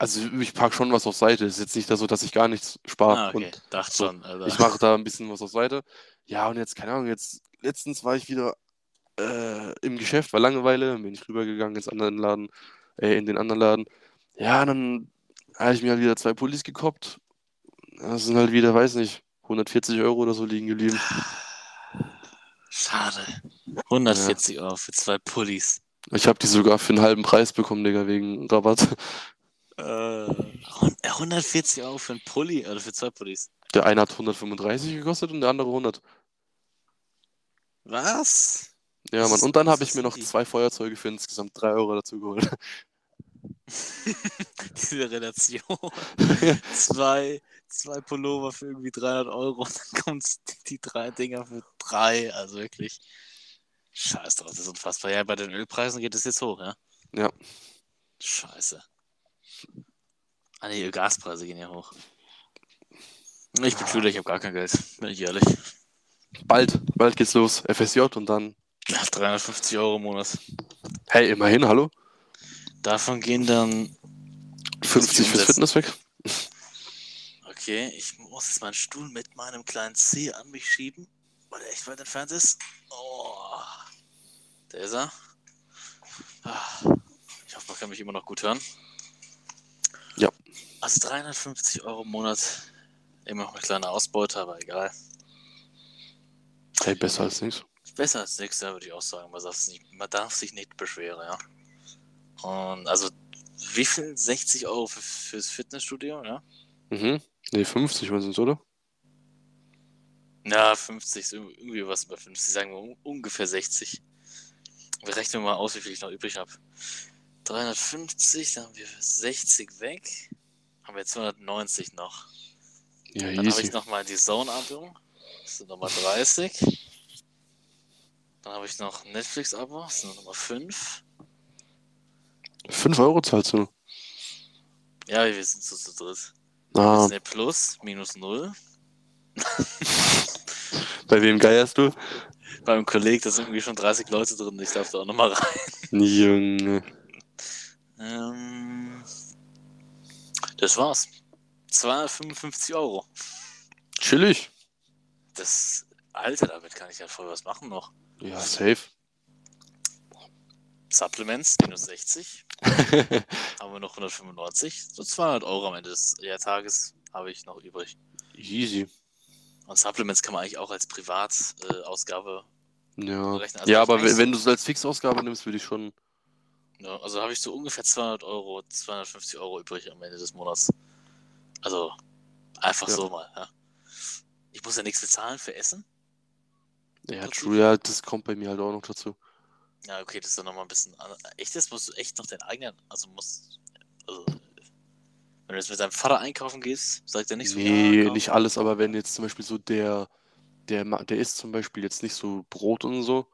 Speaker 2: also ich packe schon was auf Seite. Es ist jetzt nicht so, dass ich gar nichts spare.
Speaker 1: Ah, okay.
Speaker 2: Und
Speaker 1: Dachte
Speaker 2: so,
Speaker 1: schon. Alter.
Speaker 2: ich mache da ein bisschen was auf Seite. Ja, und jetzt, keine Ahnung, jetzt letztens war ich wieder äh, im Geschäft, war Langeweile, bin ich rübergegangen ins anderen Laden, äh, in den anderen Laden. Ja, dann habe ich mir halt wieder zwei Pullis gekoppt. Das sind halt wieder, weiß nicht, 140 Euro oder so liegen geblieben.
Speaker 1: Schade. 140 Euro für zwei Pullis.
Speaker 2: Ich habe die sogar für einen halben Preis bekommen, Digga, wegen Rabatt. *laughs*
Speaker 1: Äh, hun- 140 äh, Euro für einen Pulli oder für zwei Pullis.
Speaker 2: Der eine hat 135 gekostet und der andere 100.
Speaker 1: Was? *laughs*
Speaker 2: Ja,
Speaker 1: Das
Speaker 2: Mann.
Speaker 1: ist-
Speaker 2: Und dann
Speaker 1: das
Speaker 2: habe ich
Speaker 1: ist
Speaker 2: mir noch
Speaker 1: easy.
Speaker 2: zwei Feuerzeuge für insgesamt 3 Euro dazu geholt.
Speaker 1: Diese Relation. zwei, zwei Pullover für irgendwie 300 Euro und dann kommen die, die drei Dinger für drei. Also wirklich. Scheiß drauf, das ist unfassbar. Ja, bei den Ölpreisen geht es jetzt hoch, ja?
Speaker 2: Ja.
Speaker 1: Scheiße. Ah, nee, Gaspreise gehen ja hoch. Ich bin Schüler, ich habe gar kein Geld, bin ich ehrlich.
Speaker 2: Bald, bald geht's los. FSJ und dann.
Speaker 1: Ja, 350 Euro im Monat.
Speaker 2: Hey, immerhin, hallo?
Speaker 1: Davon gehen dann
Speaker 2: 50 fürs
Speaker 1: umsetzen.
Speaker 2: Fitness weg.
Speaker 1: Okay, ich muss jetzt meinen Stuhl mit meinem kleinen C an mich schieben, weil er echt weit entfernt ist. Oh, da ist er. Ah, Ich hoffe, man kann mich immer noch gut hören.
Speaker 2: Ja.
Speaker 1: Also 350 Euro im Monat. Immer noch eine kleine Ausbeute, aber egal.
Speaker 2: Hey, besser als nichts.
Speaker 1: Besser als nichts, ja, würde ich auch sagen. Man darf, sich nicht, man darf sich nicht beschweren, ja. Und also, wie viel? 60 Euro für, fürs Fitnessstudio, ja?
Speaker 2: Mhm. Nee, 50 waren es, oder?
Speaker 1: Na, 50, ist irgendwie- irgendwie was über 50, sagen wir un- ungefähr 60. Wir rechnen mal aus, wie viel ich noch übrig habe. 350, dann haben wir 60 weg. Haben wir 290 noch.
Speaker 2: Ja,
Speaker 1: Dann habe ich
Speaker 2: easy.
Speaker 1: nochmal die Zone-Abo. Das sind nochmal 30. Dann habe ich noch Netflix-Abo. Das sind nochmal 5.
Speaker 2: 5 Euro zahlst du.
Speaker 1: Ja, wir sind so zu dritt.
Speaker 2: Ah,
Speaker 1: Disney Plus, minus 0.
Speaker 2: bei wem geierst du?
Speaker 1: Beim Kolleg, da sind irgendwie schon 30 Leute drin. Ich darf da auch nochmal rein.
Speaker 2: Junge.
Speaker 1: Ähm, das war's. 255 Euro.
Speaker 2: Chillig.
Speaker 1: Das, Alter, damit kann ich ja voll was machen noch.
Speaker 2: Ja, safe. *laughs*
Speaker 1: Supplements, minus 60. haben wir noch 195. So 200 Euro am Ende des ja, Tages habe ich noch übrig.
Speaker 2: easy.
Speaker 1: Und Supplements kann man eigentlich auch als Privatausgabe äh, Ausgabe
Speaker 2: Ja.
Speaker 1: berechnen. Also
Speaker 2: Ja,
Speaker 1: ich
Speaker 2: aber
Speaker 1: weiß-
Speaker 2: wenn, wenn du es als Fixausgabe nimmst, würde ich schon.
Speaker 1: Ja, also habe ich so ungefähr 200 Euro, 250 Euro übrig am Ende des Monats. Also einfach
Speaker 2: Ja.
Speaker 1: so mal. Ja. Ich muss ja nichts bezahlen für Essen.
Speaker 2: Ja,
Speaker 1: dazu?
Speaker 2: true, ja, das kommt bei mir halt auch noch dazu.
Speaker 1: Ja, okay, das ist dann nochmal ein bisschen anders. Echt, das musst du echt noch deinen eigenen, also musst, also, wenn du jetzt mit deinem Vater einkaufen gehst, sagt er nicht so, "Ah,
Speaker 2: nee,
Speaker 1: ja,
Speaker 2: nicht alles, aber wenn jetzt zum Beispiel so der, der, ma- der isst zum Beispiel jetzt nicht so Brot und so.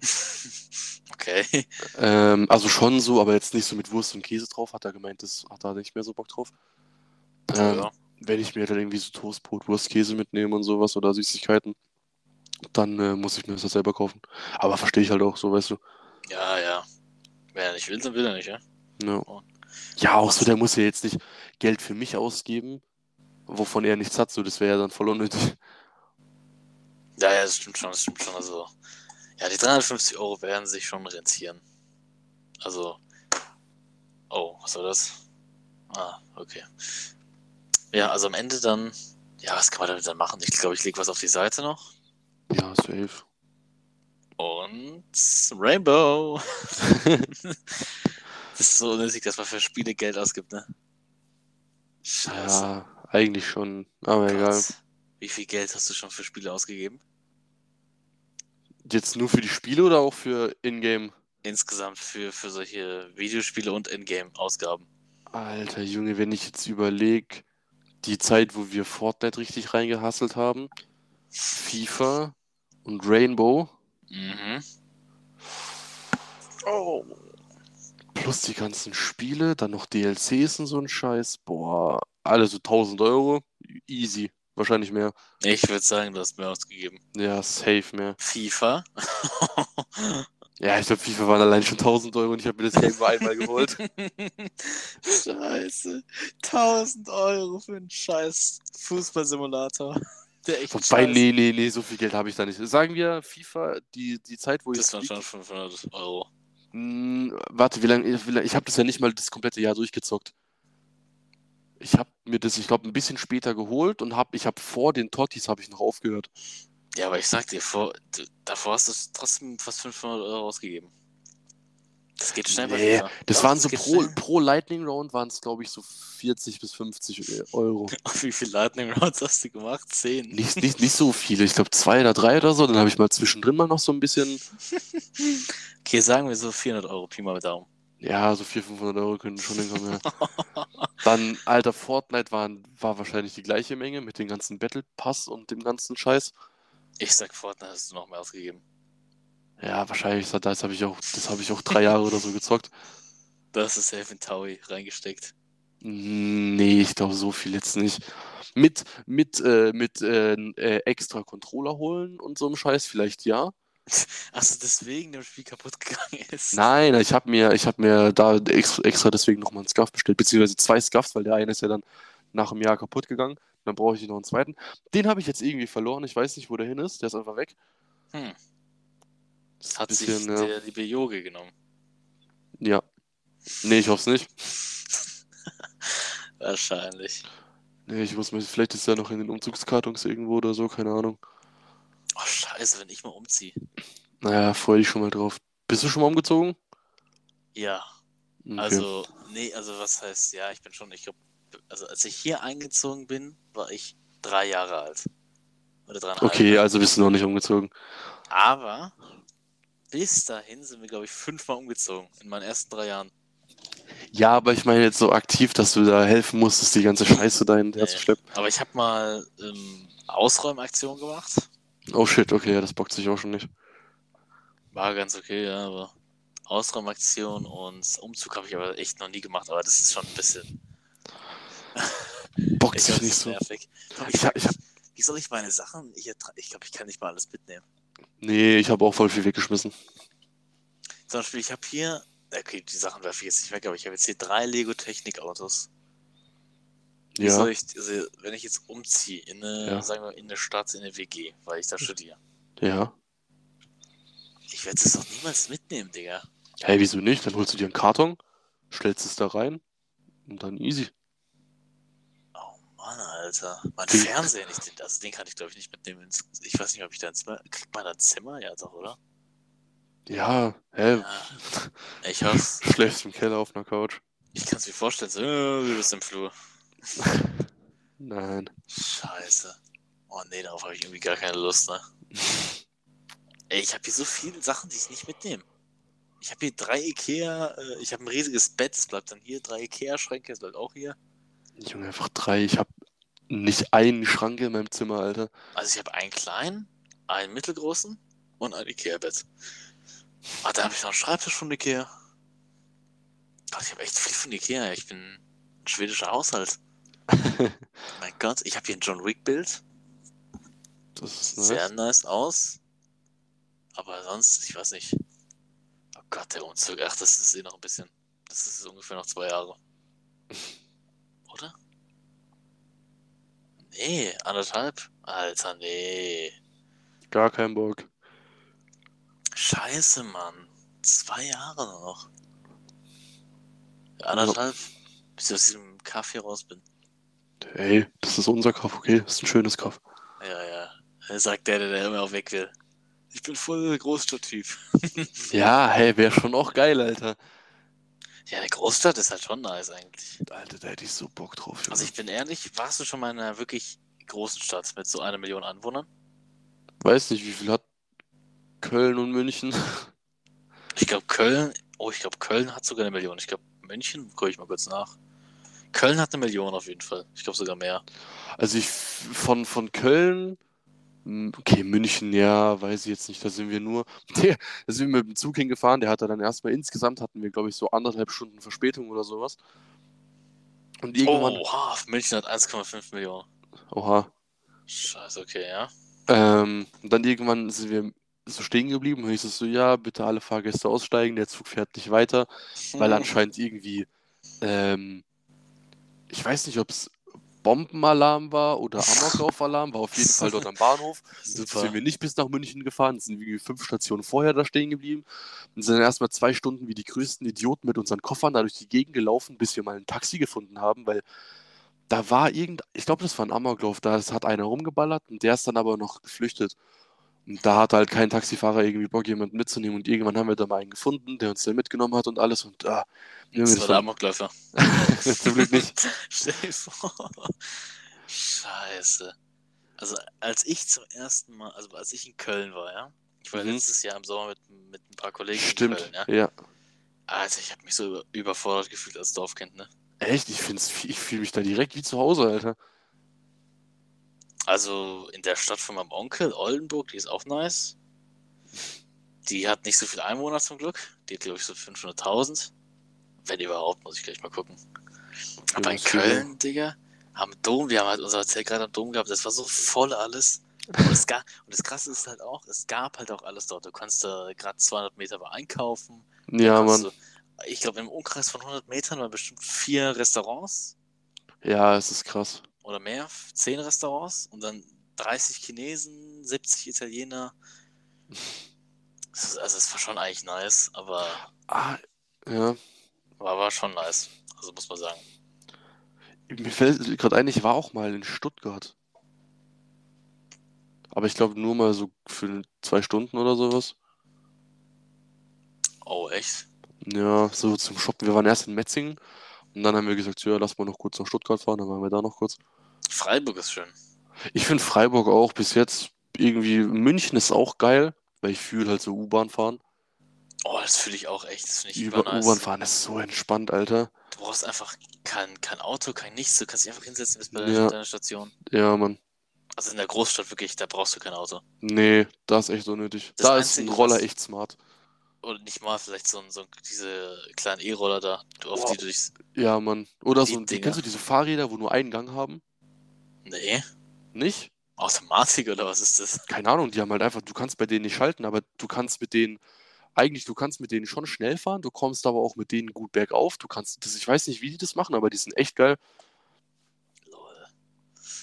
Speaker 1: alles.
Speaker 2: *laughs*
Speaker 1: Okay.
Speaker 2: Ähm, also schon so, aber jetzt nicht so mit Wurst und Käse drauf, hat er gemeint, das hat er nicht mehr so Bock drauf. Ähm,
Speaker 1: Ja.
Speaker 2: Wenn ich mir dann irgendwie so Toastbrot, Wurstkäse mitnehme und sowas oder Süßigkeiten, dann äh, muss ich mir das halt selber kaufen. Aber verstehe ich halt auch so, weißt du.
Speaker 1: ja, ja. Wenn er nicht will, dann will er nicht, ja?
Speaker 2: Ja.
Speaker 1: Und-
Speaker 2: ne? ja, auch so, der muss ja jetzt nicht Geld für mich ausgeben, wovon er nichts hat, so das wäre ja dann voll unnötig.
Speaker 1: Ja, ja, das stimmt schon, das stimmt schon. Also, ja, die 350 Euro werden sich schon rentieren. Also, oh, was war das? Ah, okay. Ja, also am Ende dann, ja, was kann man damit dann machen? Ich glaube, ich lege was auf die Seite noch.
Speaker 2: *laughs* Ja, safe.
Speaker 1: Und Rainbow.
Speaker 2: *laughs*
Speaker 1: das ist so unnötig, dass man für Spiele Geld ausgibt, ne? Scheiße.
Speaker 2: Ja, eigentlich schon, aber egal.
Speaker 1: Krass. Wie viel Geld hast du schon für Spiele ausgegeben?
Speaker 2: Jetzt nur für die Spiele oder auch für Ingame?
Speaker 1: Insgesamt für, für solche Videospiele und Ingame-Ausgaben.
Speaker 2: Alter Junge, wenn ich jetzt überlege, die Zeit, wo wir Fortnite richtig reingehasselt haben, FIFA und Rainbow,
Speaker 1: Mhm. Oh.
Speaker 2: plus die ganzen Spiele, dann noch DLCs und so ein Scheiß, boah, alle so 1000 Euro, easy, wahrscheinlich mehr.
Speaker 1: Ich würde sagen, du hast mehr ausgegeben.
Speaker 2: Ja, safe mehr. *laughs*
Speaker 1: FIFA.
Speaker 2: Ja, ich glaube, FIFA waren allein schon 1000 Euro und ich habe mir das Game nur
Speaker 1: *laughs*
Speaker 2: einmal geholt.
Speaker 1: Scheiße. 1000 Euro für einen scheiß Fußballsimulator. Der echt
Speaker 2: Wobei,
Speaker 1: scheiße.
Speaker 2: nee, nee, nee, so viel Geld habe ich da nicht. Sagen wir, FIFA, die, die Zeit, wo ich.
Speaker 1: Das waren schon 500 Euro.
Speaker 2: Hm, warte, wie lange? Wie lang, ich habe das ja nicht mal das komplette Jahr durchgezockt. Ich habe mir das, ich glaube, ein bisschen später geholt und habe, ich habe vor den Tottis habe ich noch aufgehört.
Speaker 1: Ja, aber ich sag dir, vor, d- davor hast du trotzdem fast 500 Euro ausgegeben. Das geht schnell bei
Speaker 2: Nee,
Speaker 1: FIFA. *laughs*
Speaker 2: Das waren so
Speaker 1: geht
Speaker 2: pro,
Speaker 1: schnell.
Speaker 2: pro Lightning Round waren es, glaube ich, so 40 bis 50 Euro.
Speaker 1: Und wie viel Lightning Rounds hast du gemacht? 10.
Speaker 2: Nicht, nicht, nicht so viele, ich glaube zwei oder drei oder so. Dann habe ich mal zwischendrin mal noch so ein bisschen,
Speaker 1: Okay, sagen wir so 400 Euro, Pi mal Daumen.
Speaker 2: ja, so 400, 500 Euro können schon hinkommen. Ja. Dann, alter, Fortnite waren, war wahrscheinlich die gleiche Menge mit dem ganzen Battle Pass und dem ganzen Scheiß.
Speaker 1: Ich sag, Fortnite hast du noch mehr ausgegeben.
Speaker 2: Ja, wahrscheinlich, das, das habe ich auch, das habe ich auch drei Jahre oder so gezockt.
Speaker 1: Da hast du safe in Taui reingesteckt.
Speaker 2: Hm, Nee, ich glaube, so viel jetzt nicht. Mit, mit, äh, mit äh, äh, extra Controller holen und so einem Scheiß, vielleicht ja.
Speaker 1: Achso, deswegen dem Spiel kaputt *laughs* gegangen ist.
Speaker 2: Nein, ich habe mir, ich hab mir da ex extra deswegen nochmal einen Scuff bestellt, beziehungsweise zwei Scuffs, weil der eine ist ja dann nach einem Jahr kaputt gegangen. Dann brauche ich noch einen zweiten. Den habe ich jetzt irgendwie verloren. Ich weiß nicht, wo der hin ist. Der ist einfach weg.
Speaker 1: Hm.
Speaker 2: Das ist
Speaker 1: Hat
Speaker 2: ein
Speaker 1: sich
Speaker 2: bisschen, ja.
Speaker 1: der liebe Yogi genommen.
Speaker 2: ja. Nee, ich hoffe es nicht.
Speaker 1: Wahrscheinlich.
Speaker 2: Nee, ich muss mir, vielleicht ist er noch in den Umzugskartons irgendwo oder so, keine Ahnung.
Speaker 1: Oh, scheiße, wenn ich mal umziehe.
Speaker 2: Naja, freu dich schon mal drauf. Bist du schon mal umgezogen?
Speaker 1: Ja,
Speaker 2: Okay.
Speaker 1: also, nee, also was heißt, ja, ich bin schon, ich glaube, also als ich hier eingezogen bin, war ich drei Jahre alt. Oder dreieinhalb.
Speaker 2: okay, also bist du noch nicht umgezogen.
Speaker 1: Aber bis dahin sind wir, glaube ich, fünfmal umgezogen in meinen ersten drei Jahren.
Speaker 2: Ja, aber ich meine jetzt so aktiv, dass du da helfen musstest, die ganze Scheiße da hinterher zu
Speaker 1: Nee.
Speaker 2: schleppen.
Speaker 1: Aber ich habe mal ähm, Ausräumaktion gemacht.
Speaker 2: Oh shit, okay, ja, das bockt sich auch schon nicht.
Speaker 1: War ganz okay, ja, aber Ausräumaktion und Umzug habe ich aber echt noch nie gemacht, aber das ist schon ein bisschen,
Speaker 2: Bockt
Speaker 1: ich
Speaker 2: sich
Speaker 1: glaub, das
Speaker 2: nicht
Speaker 1: ist
Speaker 2: so.
Speaker 1: nervig.
Speaker 2: Ich, hab- ich hab,
Speaker 1: Wie soll ich meine Sachen hier tra- Ich glaube, ich kann nicht mal alles mitnehmen.
Speaker 2: nee, ich habe auch voll viel weggeschmissen.
Speaker 1: Zum Beispiel, ich habe hier, okay, die Sachen werfe ich jetzt nicht weg, aber ich habe jetzt hier drei Lego-Technik-Autos. Wie
Speaker 2: Ja,
Speaker 1: soll ich, also, wenn ich jetzt umziehe in eine,
Speaker 2: Ja. Hm.
Speaker 1: sagen wir, in eine Stadt, in eine WG, weil ich da studiere.
Speaker 2: ja.
Speaker 1: Ich werde es doch niemals mitnehmen, Digga.
Speaker 2: Hey, wieso nicht? Dann holst du dir einen Karton, stellst es da rein und dann easy.
Speaker 1: Oh Mann, Alter. Mein
Speaker 2: Die-
Speaker 1: Fernseher nicht, den- also den kann ich glaube ich nicht mitnehmen. ins- Ich weiß nicht, ob ich da ein Zimmer. Kriegt man da ein Zimmer? Ja, doch, oder?
Speaker 2: Ja, hä?
Speaker 1: Ja. Ich hoff's.
Speaker 2: Schläfst im Keller auf einer Couch.
Speaker 1: Ich kann's mir vorstellen, so, äh, du bist im Flur.
Speaker 2: Nein.
Speaker 1: Scheiße. Oh nee, darauf habe ich irgendwie gar keine Lust, ne? Ey, ich habe hier so viele Sachen, die ich nicht mitnehme. Ich habe hier drei Ikea, äh, ich habe ein riesiges Bett, das bleibt dann hier, drei Ikea-Schränke, das bleibt auch hier.
Speaker 2: Junge, einfach drei. Ich habe nicht einen Schrank in meinem Zimmer, Alter.
Speaker 1: Also ich habe einen kleinen, einen mittelgroßen und ein Ikea-Bett. Ah, da habe ich noch einen Schreibtisch von Ikea. Gott, ich habe echt viel von Ikea. Ich bin ein schwedischer Haushalt. mein Gott, ich habe hier ein John Wick-Bild.
Speaker 2: Das ist nice.
Speaker 1: Sehr nice aus. Aber sonst, ich weiß nicht. Oh Gott, der Umzug. Ach, das ist eh noch ein bisschen. Das ist ungefähr noch zwei Jahre. Oder? Nee, anderthalb. Alter, nee.
Speaker 2: Gar kein Bock.
Speaker 1: Scheiße, Mann. Zwei Jahre noch. Ja, Anderthalb, bis ich aus diesem Kaffee raus bin.
Speaker 2: Hey, das ist unser Kaff, okay? Das ist ein schönes Kaff.
Speaker 1: Ja, ja. Sagt der, der immer auch weg will. Ich bin voll der Großstadttyp.
Speaker 2: Ja, hey, wäre schon auch geil, Alter.
Speaker 1: Ja, eine Großstadt ist halt schon nice eigentlich.
Speaker 2: Alter, da hätte ich so Bock drauf. Junge.
Speaker 1: Also ich bin ehrlich, warst du schon mal in einer wirklich großen Stadt mit so einer Million Anwohnern?
Speaker 2: weiß nicht, wie viel hat Köln und München?
Speaker 1: Ich glaube Köln, oh, ich glaube Köln hat sogar eine Million. Ich glaube München, gucke ich mal kurz nach. Köln hat eine Million auf jeden Fall. Ich glaube sogar mehr.
Speaker 2: Also ich von, von Köln. m, Okay, München, ja, weiß ich jetzt nicht. Da sind wir nur. *laughs* Der, da sind wir mit dem Zug hingefahren. Der hatte dann erstmal insgesamt hatten wir, glaube ich, so anderthalb Stunden Verspätung oder sowas. Und irgendwann.
Speaker 1: Oha, München hat 1,5 Millionen.
Speaker 2: Oha.
Speaker 1: Scheiße, okay, ja.
Speaker 2: Ähm, und dann irgendwann sind wir so stehen geblieben. Und ich so, so, ja, bitte alle Fahrgäste aussteigen, der Zug fährt nicht weiter, weil anscheinend irgendwie, ähm, ich weiß nicht, ob es Bombenalarm war oder Amoklaufalarm, war auf jeden Fall dort am Bahnhof. Super.
Speaker 1: Super.
Speaker 2: Sind wir nicht bis nach München gefahren, sind irgendwie fünf Stationen vorher da stehen geblieben und sind dann erstmal zwei Stunden wie die größten Idioten mit unseren Koffern da durch die Gegend gelaufen, bis wir mal ein Taxi gefunden haben, weil da war irgend, ich glaube, das war ein Amoklauf, da ist- hat einer rumgeballert und der ist dann aber noch geflüchtet. Und da hatte halt kein Taxifahrer irgendwie Bock, jemanden mitzunehmen und irgendwann haben wir da mal einen gefunden, der uns dann mitgenommen hat und alles und ah, Junge,
Speaker 1: Das
Speaker 2: das
Speaker 1: war der
Speaker 2: war-
Speaker 1: Amokläufer.
Speaker 2: *laughs* zum Glück nicht.
Speaker 1: *laughs* Stell dir vor. Scheiße. Also, als ich zum ersten Mal, also als ich in Köln war, ja. Ich war
Speaker 2: Mhm.
Speaker 1: letztes Jahr im Sommer mit, mit ein paar Kollegen
Speaker 2: Stimmt,
Speaker 1: in Köln, ja.
Speaker 2: ja.
Speaker 1: Alter, Also, ich habe mich so über, überfordert gefühlt als Dorfkind, ne?
Speaker 2: Echt, ich find's, ich fühle mich da direkt wie zu Hause, Alter.
Speaker 1: Also in der Stadt von meinem Onkel, Oldenburg, die ist auch nice. Die hat nicht so viele Einwohner zum Glück. Die hat, glaube ich, so 500.000. Wenn überhaupt, muss ich gleich mal gucken. Aber in
Speaker 2: das geht ja.
Speaker 1: Köln, Digga, am Dom, wir haben halt unser Hotel gerade am Dom gehabt, das war so voll alles. Und, es gab, und das Krasse ist halt auch, es gab halt auch alles dort. Du kannst da gerade 200 Meter bei einkaufen.
Speaker 2: Ja,
Speaker 1: Kannst
Speaker 2: Mann.
Speaker 1: du- Ich glaube, im Umkreis von 100 Metern waren bestimmt vier Restaurants
Speaker 2: Ja, es ist krass.
Speaker 1: oder mehr, zehn Restaurants und dann 30 Chinesen, 70 Italiener. Das ist, also es war schon eigentlich nice, aber
Speaker 2: Ah, ja.
Speaker 1: war, war schon nice. Also muss man sagen.
Speaker 2: Mir fällt gerade ein, ich war auch mal in Stuttgart. Aber ich glaube nur mal so für zwei Stunden oder sowas.
Speaker 1: Oh, echt?
Speaker 2: Ja, so zum Shoppen. Wir waren erst in Metzingen und dann haben wir gesagt, so, ja, lass mal noch kurz nach Stuttgart fahren, dann waren wir da noch kurz.
Speaker 1: Freiburg ist schön.
Speaker 2: Ich finde Freiburg auch bis jetzt irgendwie, München ist auch geil, weil ich fühle halt so U-Bahn fahren.
Speaker 1: Oh, das fühle ich auch echt. Das finde ich
Speaker 2: Über
Speaker 1: über nice.
Speaker 2: U-Bahn fahren das ist so entspannt, Alter.
Speaker 1: Du brauchst einfach kein, kein Auto, kein nichts. Du kannst dich einfach hinsetzen bis bei deiner,
Speaker 2: Ja.
Speaker 1: deiner Station.
Speaker 2: Ja, Mann.
Speaker 1: Also in der Großstadt wirklich, da brauchst du kein Auto.
Speaker 2: Nee, das ist echt unnötig.
Speaker 1: Das
Speaker 2: Da ist ein
Speaker 1: Einzige,
Speaker 2: Roller
Speaker 1: was-
Speaker 2: echt smart.
Speaker 1: Oder nicht mal vielleicht so, ein, so ein, diese kleinen E-Roller da, auf
Speaker 2: Boah.
Speaker 1: die du dich.
Speaker 2: Ja, Mann. Oder
Speaker 1: Die
Speaker 2: so, ein-
Speaker 1: Dinger.
Speaker 2: kennst du diese Fahrräder, wo nur einen Gang haben?
Speaker 1: Nee.
Speaker 2: Nicht?
Speaker 1: Automatik oder was ist das?
Speaker 2: Keine Ahnung, die haben halt einfach, du kannst bei denen nicht schalten, aber du kannst mit denen, eigentlich, du kannst mit denen schon schnell fahren, du kommst aber auch mit denen gut bergauf. Du kannst, das, ich weiß nicht, wie die das machen, aber die sind echt geil.
Speaker 1: Lol.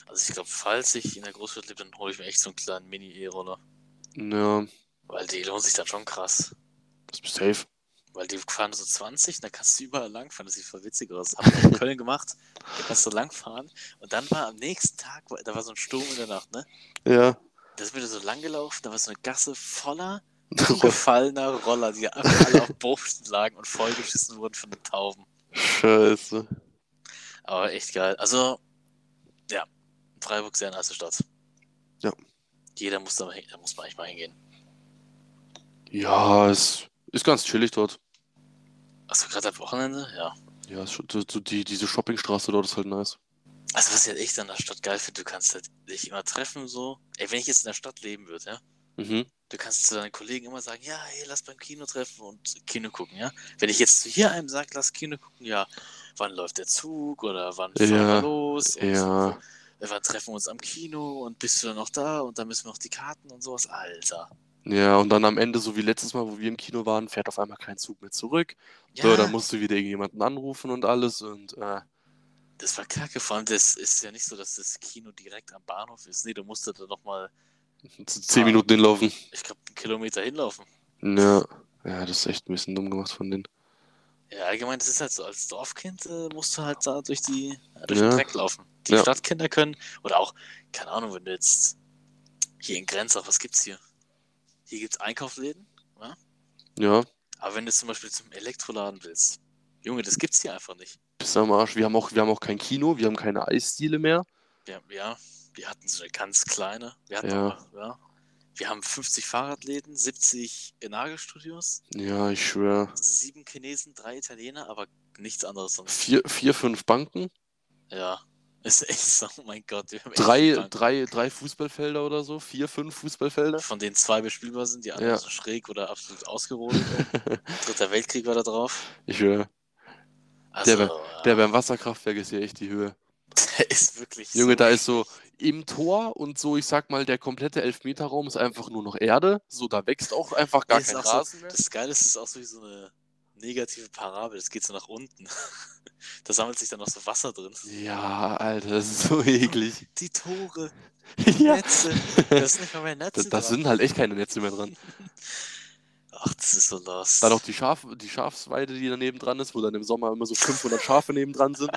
Speaker 1: Also ich glaube, falls ich in der Großstadt lebe, dann hole ich mir echt so einen kleinen Mini-E-Roller.
Speaker 2: Ja,
Speaker 1: Weil die lohnt sich dann schon krass.
Speaker 2: Ne, das ist safe.
Speaker 1: Weil die fahren so 20, dann kannst du überall langfahren. Das sieht voll witzig aus. Haben wir in Köln gemacht. Da kannst du langfahren. Und dann war am nächsten Tag, da war so ein Sturm in der Nacht, ne?
Speaker 2: Ja. *laughs*
Speaker 1: Da sind wir da so lang gelaufen, da war so eine Gasse voller gefallener Roller, die einfach alle auf Buchten lagen und vollgeschissen wurden von den Tauben.
Speaker 2: Scheiße.
Speaker 1: Aber echt geil. Also, ja, Freiburg sehr nice Stadt.
Speaker 2: Ja.
Speaker 1: Jeder muss da, mal hin, da muss man eigentlich mal hingehen.
Speaker 2: Ja, es ist ganz chillig dort.
Speaker 1: Achso, gerade am Wochenende? Ja.
Speaker 2: Ja, es ist schon- so- so die, diese Shoppingstraße dort ist halt nice.
Speaker 1: Also, was ich halt echt an der Stadt geil finde, du kannst halt dich immer treffen, so. Ey, wenn ich jetzt in der Stadt leben würde, ja,
Speaker 2: Mhm.
Speaker 1: du kannst zu deinen Kollegen immer sagen, ja, hey, lass beim Kino treffen und Kino gucken, ja. Wenn ich jetzt zu hier einem sage, lass Kino gucken, ja, wann läuft der Zug oder wann fahren
Speaker 2: Ja,
Speaker 1: wir los? Und Äh,
Speaker 2: Ja,
Speaker 1: Wann treffen wir uns am Kino und bist du dann noch da und dann müssen wir noch die Karten und sowas. Alter.
Speaker 2: ja, und dann am Ende, so wie letztes Mal, wo wir im Kino waren, fährt auf einmal kein Zug mehr zurück. So, dann musst du wieder irgendjemanden anrufen und alles und äh,
Speaker 1: Das war kacke, vor allem das ist ja nicht so, dass das Kino direkt am Bahnhof ist. Nee, du musst da noch mal,
Speaker 2: zehn Minuten hinlaufen.
Speaker 1: ich glaube, einen Kilometer hinlaufen.
Speaker 2: Ja. ja, das ist echt ein bisschen dumm gemacht von denen.
Speaker 1: Ja, allgemein, das ist halt so, als Dorfkind äh, musst du halt da durch, die, äh, durch
Speaker 2: Ja.
Speaker 1: den Dreck laufen. Die
Speaker 2: Ja.
Speaker 1: Stadtkinder können, oder auch, keine Ahnung, wenn du jetzt hier in Grenzach, was gibt's hier? Hier gibt's Einkaufsläden,
Speaker 2: Ja,
Speaker 1: aber wenn du zum Beispiel zum Elektroladen willst, Junge, das gibt's hier einfach nicht.
Speaker 2: bis am Arsch. Wir haben auch, wir haben auch kein Kino, wir haben keine Eisdiele mehr.
Speaker 1: Wir, ja, wir hatten so eine ganz kleine. Wir hatten
Speaker 2: Ja.
Speaker 1: auch, ja. Wir haben 50 Fahrradläden, 70 Nagelstudios,
Speaker 2: Ja, ich schwöre.
Speaker 1: sieben Chinesen, drei Italiener, aber nichts anderes sonst.
Speaker 2: Vier, vier, fünf Banken,
Speaker 1: Ja. *laughs* Ist echt so, oh mein Gott. Wir haben echt
Speaker 2: drei,
Speaker 1: Bank.
Speaker 2: drei, drei Fußballfelder oder so, vier, fünf Fußballfelder.
Speaker 1: Von denen zwei bespielbar sind, die anderen
Speaker 2: ne? Ja.
Speaker 1: sind schräg oder absolut
Speaker 2: *laughs*
Speaker 1: ausgerodet. Dritter Weltkrieg war da drauf.
Speaker 2: Ich schwöre.
Speaker 1: Also,
Speaker 2: Der Der beim Wasserkraftwerk ist hier echt die Höhe.
Speaker 1: der *laughs* ist wirklich
Speaker 2: Junge,
Speaker 1: so.
Speaker 2: da ist so im Tor und so, ich sag mal, der komplette Elfmeterraum ist einfach nur noch Erde. So, da wächst auch einfach gar
Speaker 1: Ist
Speaker 2: kein
Speaker 1: auch so-
Speaker 2: Rasen mehr.
Speaker 1: Das Geile ist, es ist auch so wie so eine negative Parabel. Das geht so nach unten. *laughs* da sammelt sich dann noch so Wasser drin.
Speaker 2: Ja, Alter, das ist so *laughs* eklig.
Speaker 1: Die Tore,
Speaker 2: ja. *laughs*
Speaker 1: Netze. Das ist nicht mal mehr Netze.
Speaker 2: Das, das
Speaker 1: dran.
Speaker 2: sind halt echt keine Netze mehr dran.
Speaker 1: *laughs* Ach, das ist so lost.
Speaker 2: Da noch die, Schaf, die Schafsweide, die daneben dran ist, wo dann im Sommer immer so 500 Schafe neben dran
Speaker 1: *laughs*
Speaker 2: sind.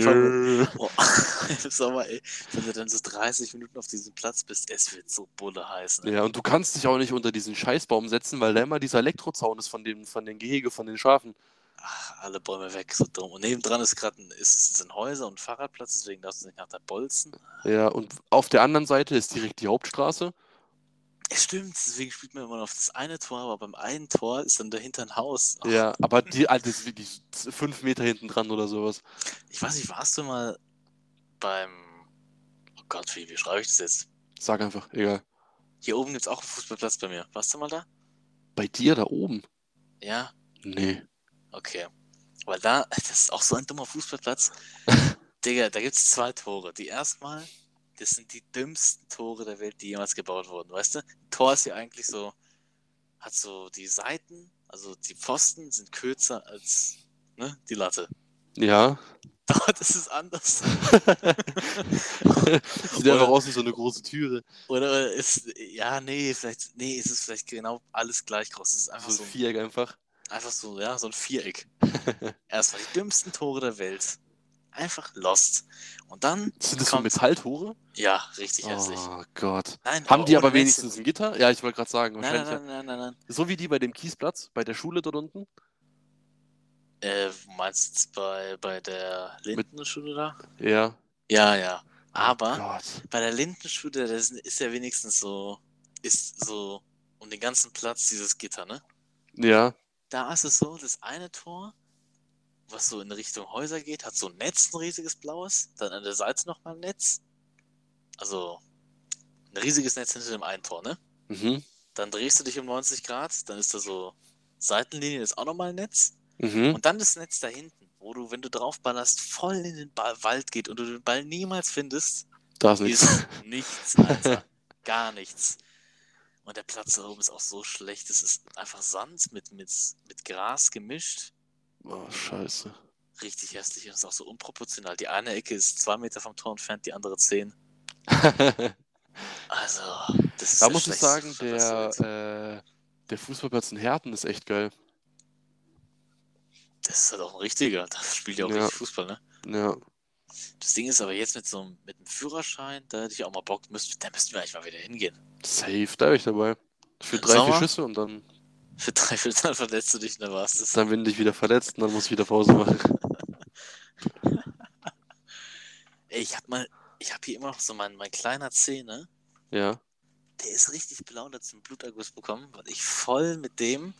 Speaker 1: Voll- oh, *laughs* Im Sommer, ey, wenn du dann so 30 Minuten auf diesem Platz bist, es wird so bulle heiß. Ne?
Speaker 2: ja, und du kannst dich auch nicht unter diesen Scheißbaum setzen, weil da immer dieser Elektrozaun ist von dem, von den Gehege, von den Schafen.
Speaker 1: Ach, alle Bäume weg, so dumm. Und nebendran ist gerade ein, ist, sind Häuser und Fahrradplatz, deswegen darfst du nicht nach der Bolzen.
Speaker 2: Ja, und auf der anderen Seite ist direkt die Hauptstraße.
Speaker 1: Es stimmt, deswegen spielt man immer noch auf das eine Tor, aber beim einen Tor ist dann dahinter ein Haus. Ach,
Speaker 2: Ja, aber die, Alter, das ist wirklich fünf Meter hinten dran oder sowas.
Speaker 1: Ich weiß nicht, warst du mal beim. Oh Gott, wie, wie schreibe ich das jetzt?
Speaker 2: Sag einfach, egal.
Speaker 1: Hier oben gibt es auch einen Fußballplatz bei mir. Warst du mal da?
Speaker 2: Bei dir da oben?
Speaker 1: Ja,
Speaker 2: Nee.
Speaker 1: Okay. Weil da, *laughs* das ist auch so ein dummer Fußballplatz. Digga, da gibt es zwei Tore. Die erstmal, das sind die dümmsten Tore der Welt, die jemals gebaut wurden, weißt du? Ein Tor ist ja eigentlich so, hat so die Seiten, also die Pfosten sind kürzer als ne, die Latte. *laughs*
Speaker 2: Ja.
Speaker 1: Dort ist es anders.
Speaker 2: Sieht einfach aus wie so eine große Türe.
Speaker 1: Oder ist, ja, nee, vielleicht, nee, es ist vielleicht genau alles gleich groß. Es ist einfach
Speaker 2: So
Speaker 1: so
Speaker 2: ein
Speaker 1: ein
Speaker 2: Viereck einfach.
Speaker 1: Einfach so, ja, so ein Viereck. Erstmal die dümmsten Tore der Welt. Einfach lost. Und dann
Speaker 2: Sind das so
Speaker 1: kommt.
Speaker 2: Metalltore?
Speaker 1: ja, Oh, richtig hässlich.
Speaker 2: Oh Gott.
Speaker 1: Nein,
Speaker 2: Haben die aber
Speaker 1: ohne Witz.
Speaker 2: wenigstens ein Gitter? Ja, ich wollte gerade sagen,
Speaker 1: Nein, nein,
Speaker 2: wahrscheinlich.
Speaker 1: nein, nein, nein, nein.
Speaker 2: ja. So wie die bei dem Kiesplatz, bei der Schule dort unten.
Speaker 1: Äh, meinst du jetzt bei, bei der Lindenschule da?
Speaker 2: Ja.
Speaker 1: Ja, ja.
Speaker 2: Oh
Speaker 1: Aber
Speaker 2: Gott.
Speaker 1: bei der Lindenschule, da ist, ist ja wenigstens so, ist so um den ganzen Platz dieses Gitter, ne?
Speaker 2: Ja.
Speaker 1: Da ist es so, das eine Tor, was so in Richtung Häuser geht, hat so ein Netz, ein riesiges blaues, dann an der Seite nochmal ein Netz. Also ein riesiges Netz hinter dem einen Tor, ne?
Speaker 2: Mhm.
Speaker 1: Dann drehst du dich um 90 Grad, dann ist da so Seitenlinie, ist auch nochmal ein Netz.
Speaker 2: Mhm.
Speaker 1: Und dann das Netz da hinten, wo du, wenn du draufballerst, voll in den Ba- Wald geht und du den Ball niemals findest,
Speaker 2: Da ist nichts. *laughs*
Speaker 1: ist nichts, Alter. Gar nichts. Und der Platz da oben ist auch so schlecht. Es ist einfach Sand mit, mit, mit Gras gemischt.
Speaker 2: Oh, *laughs* scheiße.
Speaker 1: Richtig hässlich und ist auch so unproportional. Die eine Ecke ist zwei Meter vom Tor entfernt, die andere zehn. Also, das ist
Speaker 2: Da
Speaker 1: der
Speaker 2: muss ich
Speaker 1: schlechteste
Speaker 2: sagen,
Speaker 1: Platz
Speaker 2: der,
Speaker 1: Welt.
Speaker 2: äh, der Fußballplatz in Herten ist echt geil.
Speaker 1: Das ist halt auch ein richtiger. Da spielt ja auch
Speaker 2: Ja.
Speaker 1: richtig Fußball, ne?
Speaker 2: Ja.
Speaker 1: Das Ding ist aber jetzt mit so einem, mit einem Führerschein, da hätte ich auch mal Bock, müsste, da müssten wir eigentlich mal wieder hingehen. *laughs*
Speaker 2: Safe, da bin ich dabei. Für
Speaker 1: Im
Speaker 2: drei, vier
Speaker 1: Sommer?
Speaker 2: Schüsse und dann,
Speaker 1: Für drei Minuten dann verletzt du dich und dann war's das.
Speaker 2: dann bin ich wieder verletzt und dann muss ich wieder Pause machen. *laughs*
Speaker 1: Ey, ich hab mal, ich hab hier immer noch so mein, mein kleiner Zeh, ne?
Speaker 2: Ja.
Speaker 1: der ist richtig blau und hat einen Bluterguss bekommen, weil ich voll mit dem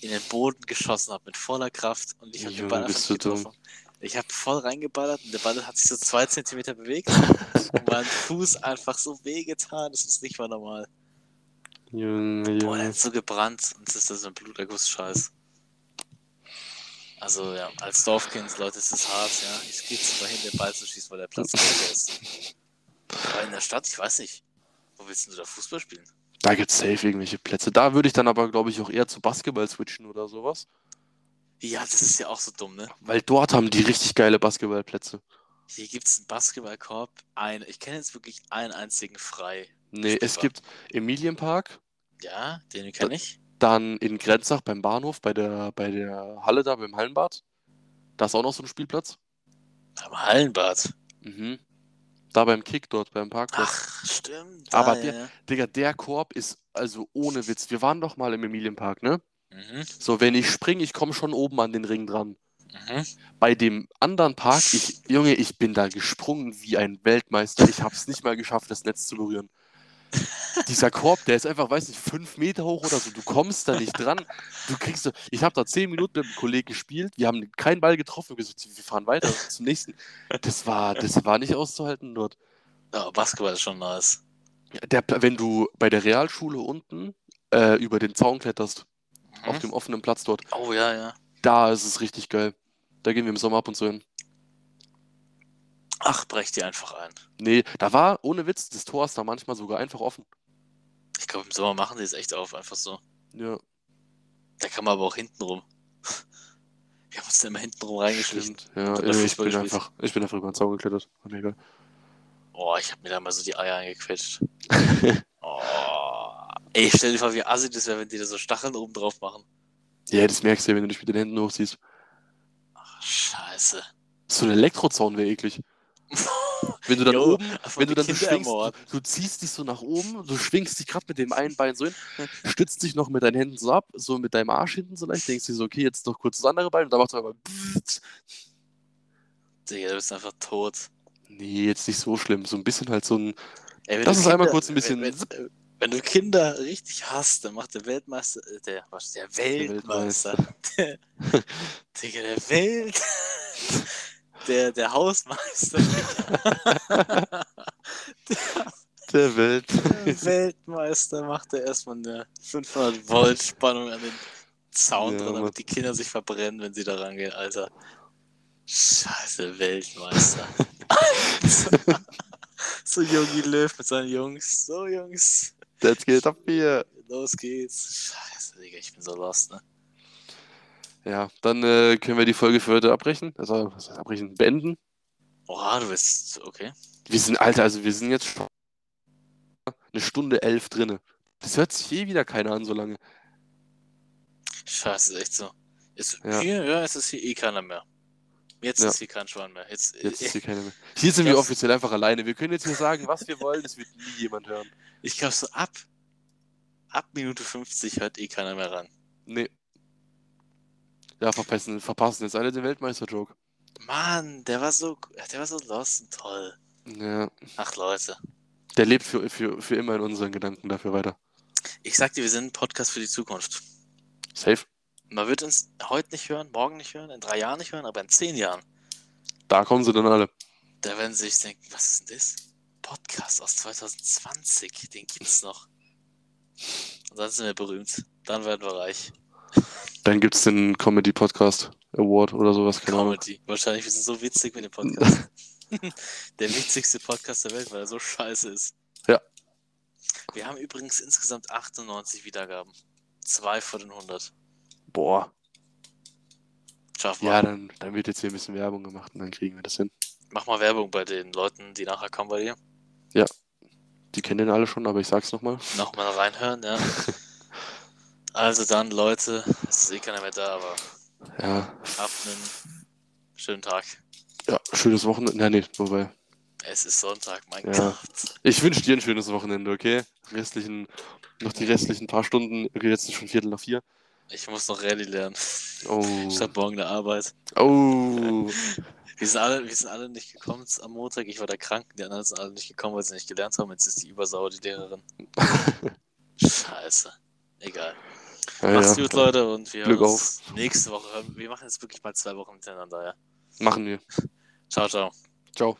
Speaker 1: in den Boden geschossen habe, mit voller Kraft. Und ich habe den
Speaker 2: Junge,
Speaker 1: Ball einfach
Speaker 2: bist
Speaker 1: nicht
Speaker 2: du dumm.
Speaker 1: getroffen. Ich habe voll reingeballert und der Ball hat sich so zwei Zentimeter
Speaker 2: *laughs*
Speaker 1: bewegt und mein Fuß einfach so wehgetan. Das ist nicht mal normal.
Speaker 2: Junge,
Speaker 1: Boah, der
Speaker 2: Junge.
Speaker 1: hat so gebrannt und das ist das so ein Bluterguss-Scheiß. Also ja, als Dorfkind, Leute, ist es hart, ja. Ich kriege es immer hin, den Ball zu schießen, weil der Platz kacke ist. Aber in der Stadt, ich weiß nicht. Wo willst denn du da Fußball spielen?
Speaker 2: Da gibt's safe irgendwelche Plätze. Da würde ich dann aber, glaube ich, auch eher zu Basketball switchen oder sowas.
Speaker 1: Ja, das ist ja auch so dumm, ne?
Speaker 2: Weil dort haben die richtig geile Basketballplätze.
Speaker 1: Hier gibt es einen Basketballkorb. Ein, ich kenne jetzt wirklich einen einzigen frei.
Speaker 2: Nee, es
Speaker 1: Spielbar.
Speaker 2: gibt Emilienpark,
Speaker 1: Ja, den kenne ich.
Speaker 2: dann in Grenzach beim Bahnhof, bei der, bei der Halle da, beim Hallenbad. Da ist auch noch so ein Spielplatz.
Speaker 1: Am Hallenbad.
Speaker 2: Mhm. Da beim Kick dort, beim Parkplatz.
Speaker 1: Ach, stimmt. Ah,
Speaker 2: Aber
Speaker 1: ja,
Speaker 2: der-
Speaker 1: ja.
Speaker 2: Digga, der Korb ist also ohne Witz. Wir waren doch mal im Emilienpark, ne?
Speaker 1: Mhm,
Speaker 2: So, wenn ich springe, ich komme schon oben an den Ring dran.
Speaker 1: mhm.
Speaker 2: Bei dem anderen Park, ich, Junge, ich bin da gesprungen wie ein Weltmeister. Ich habe es nicht mal geschafft, das Netz zu berühren. Dieser Korb, der ist einfach, weiß nicht, fünf Meter hoch oder so. Du kommst da nicht dran. Du kriegst so, ich habe da zehn Minuten mit einem Kollegen gespielt. Wir haben keinen Ball getroffen. Wir gesagt, wir fahren weiter zum nächsten. Das war, das war nicht auszuhalten dort.
Speaker 1: Aber Oh, Basketball ist schon nice.
Speaker 2: Der, Pla- wenn du bei der Realschule unten äh, über den Zaun kletterst,
Speaker 1: Mhm.
Speaker 2: auf dem offenen Platz dort,
Speaker 1: Oh ja, ja.
Speaker 2: da ist es richtig geil. Da gehen wir im Sommer ab und zu hin.
Speaker 1: Ach, brech die einfach ein.
Speaker 2: Nee, da war, ohne Witz, das Tor ist da manchmal sogar einfach offen.
Speaker 1: Ich glaube, im Sommer machen die es echt auf, einfach so.
Speaker 2: Ja,
Speaker 1: Da kann man aber auch hinten rum. *laughs* Wir haben uns da immer hinten rum reingeschlichen.
Speaker 2: stimmt. Ja,
Speaker 1: Hat man
Speaker 2: ich,
Speaker 1: Fußball
Speaker 2: bin
Speaker 1: gespielt?
Speaker 2: einfach, ich bin einfach über den Zaun geklettert. War mir egal.
Speaker 1: Oh, ich habe mir da mal so die Eier
Speaker 2: *laughs*
Speaker 1: eingequetscht. oh. Ey, stell dir vor, wie assi das wäre, wenn die da so Stacheln oben drauf machen.
Speaker 2: Ja, das merkst du, wenn du dich mit den Händen hochziehst.
Speaker 1: Ach, scheiße.
Speaker 2: So ein Elektrozaun wäre *laughs* eklig. Wenn du dann
Speaker 1: Jo,
Speaker 2: oben,
Speaker 1: Von
Speaker 2: wenn du
Speaker 1: die
Speaker 2: dann so
Speaker 1: Kinder
Speaker 2: schwingst, du,
Speaker 1: ermorden.
Speaker 2: du ziehst dich so nach oben, du schwingst dich gerade mit dem einen Bein so hin, stützt dich noch mit deinen Händen so ab, so mit deinem Arsch hinten so leicht, denkst dir so, okay, jetzt noch kurz das andere Bein und dann machst du aber.
Speaker 1: Digga, du bist einfach tot.
Speaker 2: *laughs* Nee, jetzt nicht so schlimm. So ein bisschen halt so ein.
Speaker 1: Ey, wenn
Speaker 2: Lass
Speaker 1: du
Speaker 2: uns einmal kurz ein bisschen-
Speaker 1: Wenn, wenn, wenn du Kinder richtig hasst, dann macht der Weltmeister. äh, Der, was, der Weltmeister. *laughs* Der, Digga, der
Speaker 2: *laughs*
Speaker 1: Welt. *laughs* Der, der Hausmeister.
Speaker 2: Der Welt.
Speaker 1: Der *laughs* Weltmeister macht er erstmal eine 500 Volt Spannung an den Zaun
Speaker 2: Ja,
Speaker 1: dran,
Speaker 2: Mann.
Speaker 1: damit die Kinder sich verbrennen, wenn sie da rangehen, Alter. Scheiße, Weltmeister. *laughs* Alter. so Yogi Löw mit seinen Jungs. So, Jungs,
Speaker 2: Das geht ab hier.
Speaker 1: los geht's. Scheiße, Digga, ich bin so lost, ne?
Speaker 2: Ja, dann äh, können wir die Folge für heute abbrechen. Also, was heißt abbrechen? Beenden.
Speaker 1: Oha, du bist. Okay.
Speaker 2: Wir sind, Alter, also wir sind jetzt schon eine Stunde elf drinne. Das hört sich eh wieder keiner an so lange.
Speaker 1: Scheiße, ist echt so. Ist,
Speaker 2: Ja.
Speaker 1: Hier, ja, es ist hier eh keiner mehr. Jetzt
Speaker 2: Ja.
Speaker 1: ist hier kein Schwein mehr. Jetzt, eh
Speaker 2: Jetzt ist hier keiner mehr. Hier sind wir
Speaker 1: Das-
Speaker 2: offiziell einfach alleine. Wir können jetzt hier sagen, was wir wollen. Das wird nie jemand hören.
Speaker 1: Ich glaube, so ab, ab Minute 50 hört eh keiner mehr ran.
Speaker 2: Nee. Ja, verpassen, verpassen jetzt alle den Weltmeister-Joke.
Speaker 1: Mann, der war so, der war so lost und toll.
Speaker 2: Ja.
Speaker 1: Ach Leute,
Speaker 2: Der lebt für, für, für immer in unseren Gedanken dafür weiter.
Speaker 1: ich sag dir, wir sind ein Podcast für die Zukunft.
Speaker 2: Safe.
Speaker 1: Man wird uns heute nicht hören, morgen nicht hören, in drei Jahren nicht hören, aber in zehn Jahren,
Speaker 2: Da kommen sie dann alle.
Speaker 1: da werden sie sich denken, was ist denn das? Podcast aus 2020, den gibt's noch. Und dann sind wir berühmt, dann werden wir reich.
Speaker 2: Dann gibt's den Comedy-Podcast Award oder sowas. Keine Ahnung.
Speaker 1: Comedy. Genau, Wahrscheinlich, wir sind so witzig mit dem
Speaker 2: *laughs*
Speaker 1: Podcast. der witzigste Podcast der Welt, weil er so scheiße ist.
Speaker 2: Ja.
Speaker 1: Wir haben übrigens insgesamt 98 Wiedergaben. Zwei vor den 100.
Speaker 2: Boah.
Speaker 1: Schaffen wir.
Speaker 2: Ja, dann, dann wird jetzt hier ein bisschen Werbung gemacht und dann kriegen wir das hin.
Speaker 1: Mach mal Werbung bei den Leuten, die nachher kommen bei dir.
Speaker 2: Die kennen den alle schon, aber ich sag's nochmal.
Speaker 1: Nochmal reinhören,
Speaker 2: *laughs*
Speaker 1: ja. Also dann, Leute, es ist eh keiner mehr da, aber
Speaker 2: Ja.
Speaker 1: ab einen schönen Tag.
Speaker 2: Ja, schönes Wochenende. Nein, nee, wobei.
Speaker 1: Es ist Sonntag, mein
Speaker 2: Ja.
Speaker 1: Gott.
Speaker 2: Ich wünsche dir ein schönes Wochenende, okay? Restlichen, noch die restlichen paar Stunden. Okay, jetzt ist schon Viertel nach vier.
Speaker 1: Ich muss noch Rallye lernen.
Speaker 2: Oh.
Speaker 1: Ich hab morgen eine Arbeit.
Speaker 2: Oh.
Speaker 1: Wir Wir sind alle, wir sind alle nicht gekommen am Montag. Ich war da krank. Die anderen sind alle nicht gekommen, weil sie nicht gelernt haben. Jetzt ist die Übersauer die
Speaker 2: *laughs*
Speaker 1: Lehrerin. Scheiße. Egal.
Speaker 2: Ja,
Speaker 1: Macht's
Speaker 2: ja.
Speaker 1: gut, Leute. Und wir
Speaker 2: Glück
Speaker 1: hören uns nächste Woche. hören- Wir machen jetzt wirklich mal zwei Wochen hintereinander. Ja.
Speaker 2: Machen wir.
Speaker 1: Ciao, ciao.
Speaker 2: Ciao.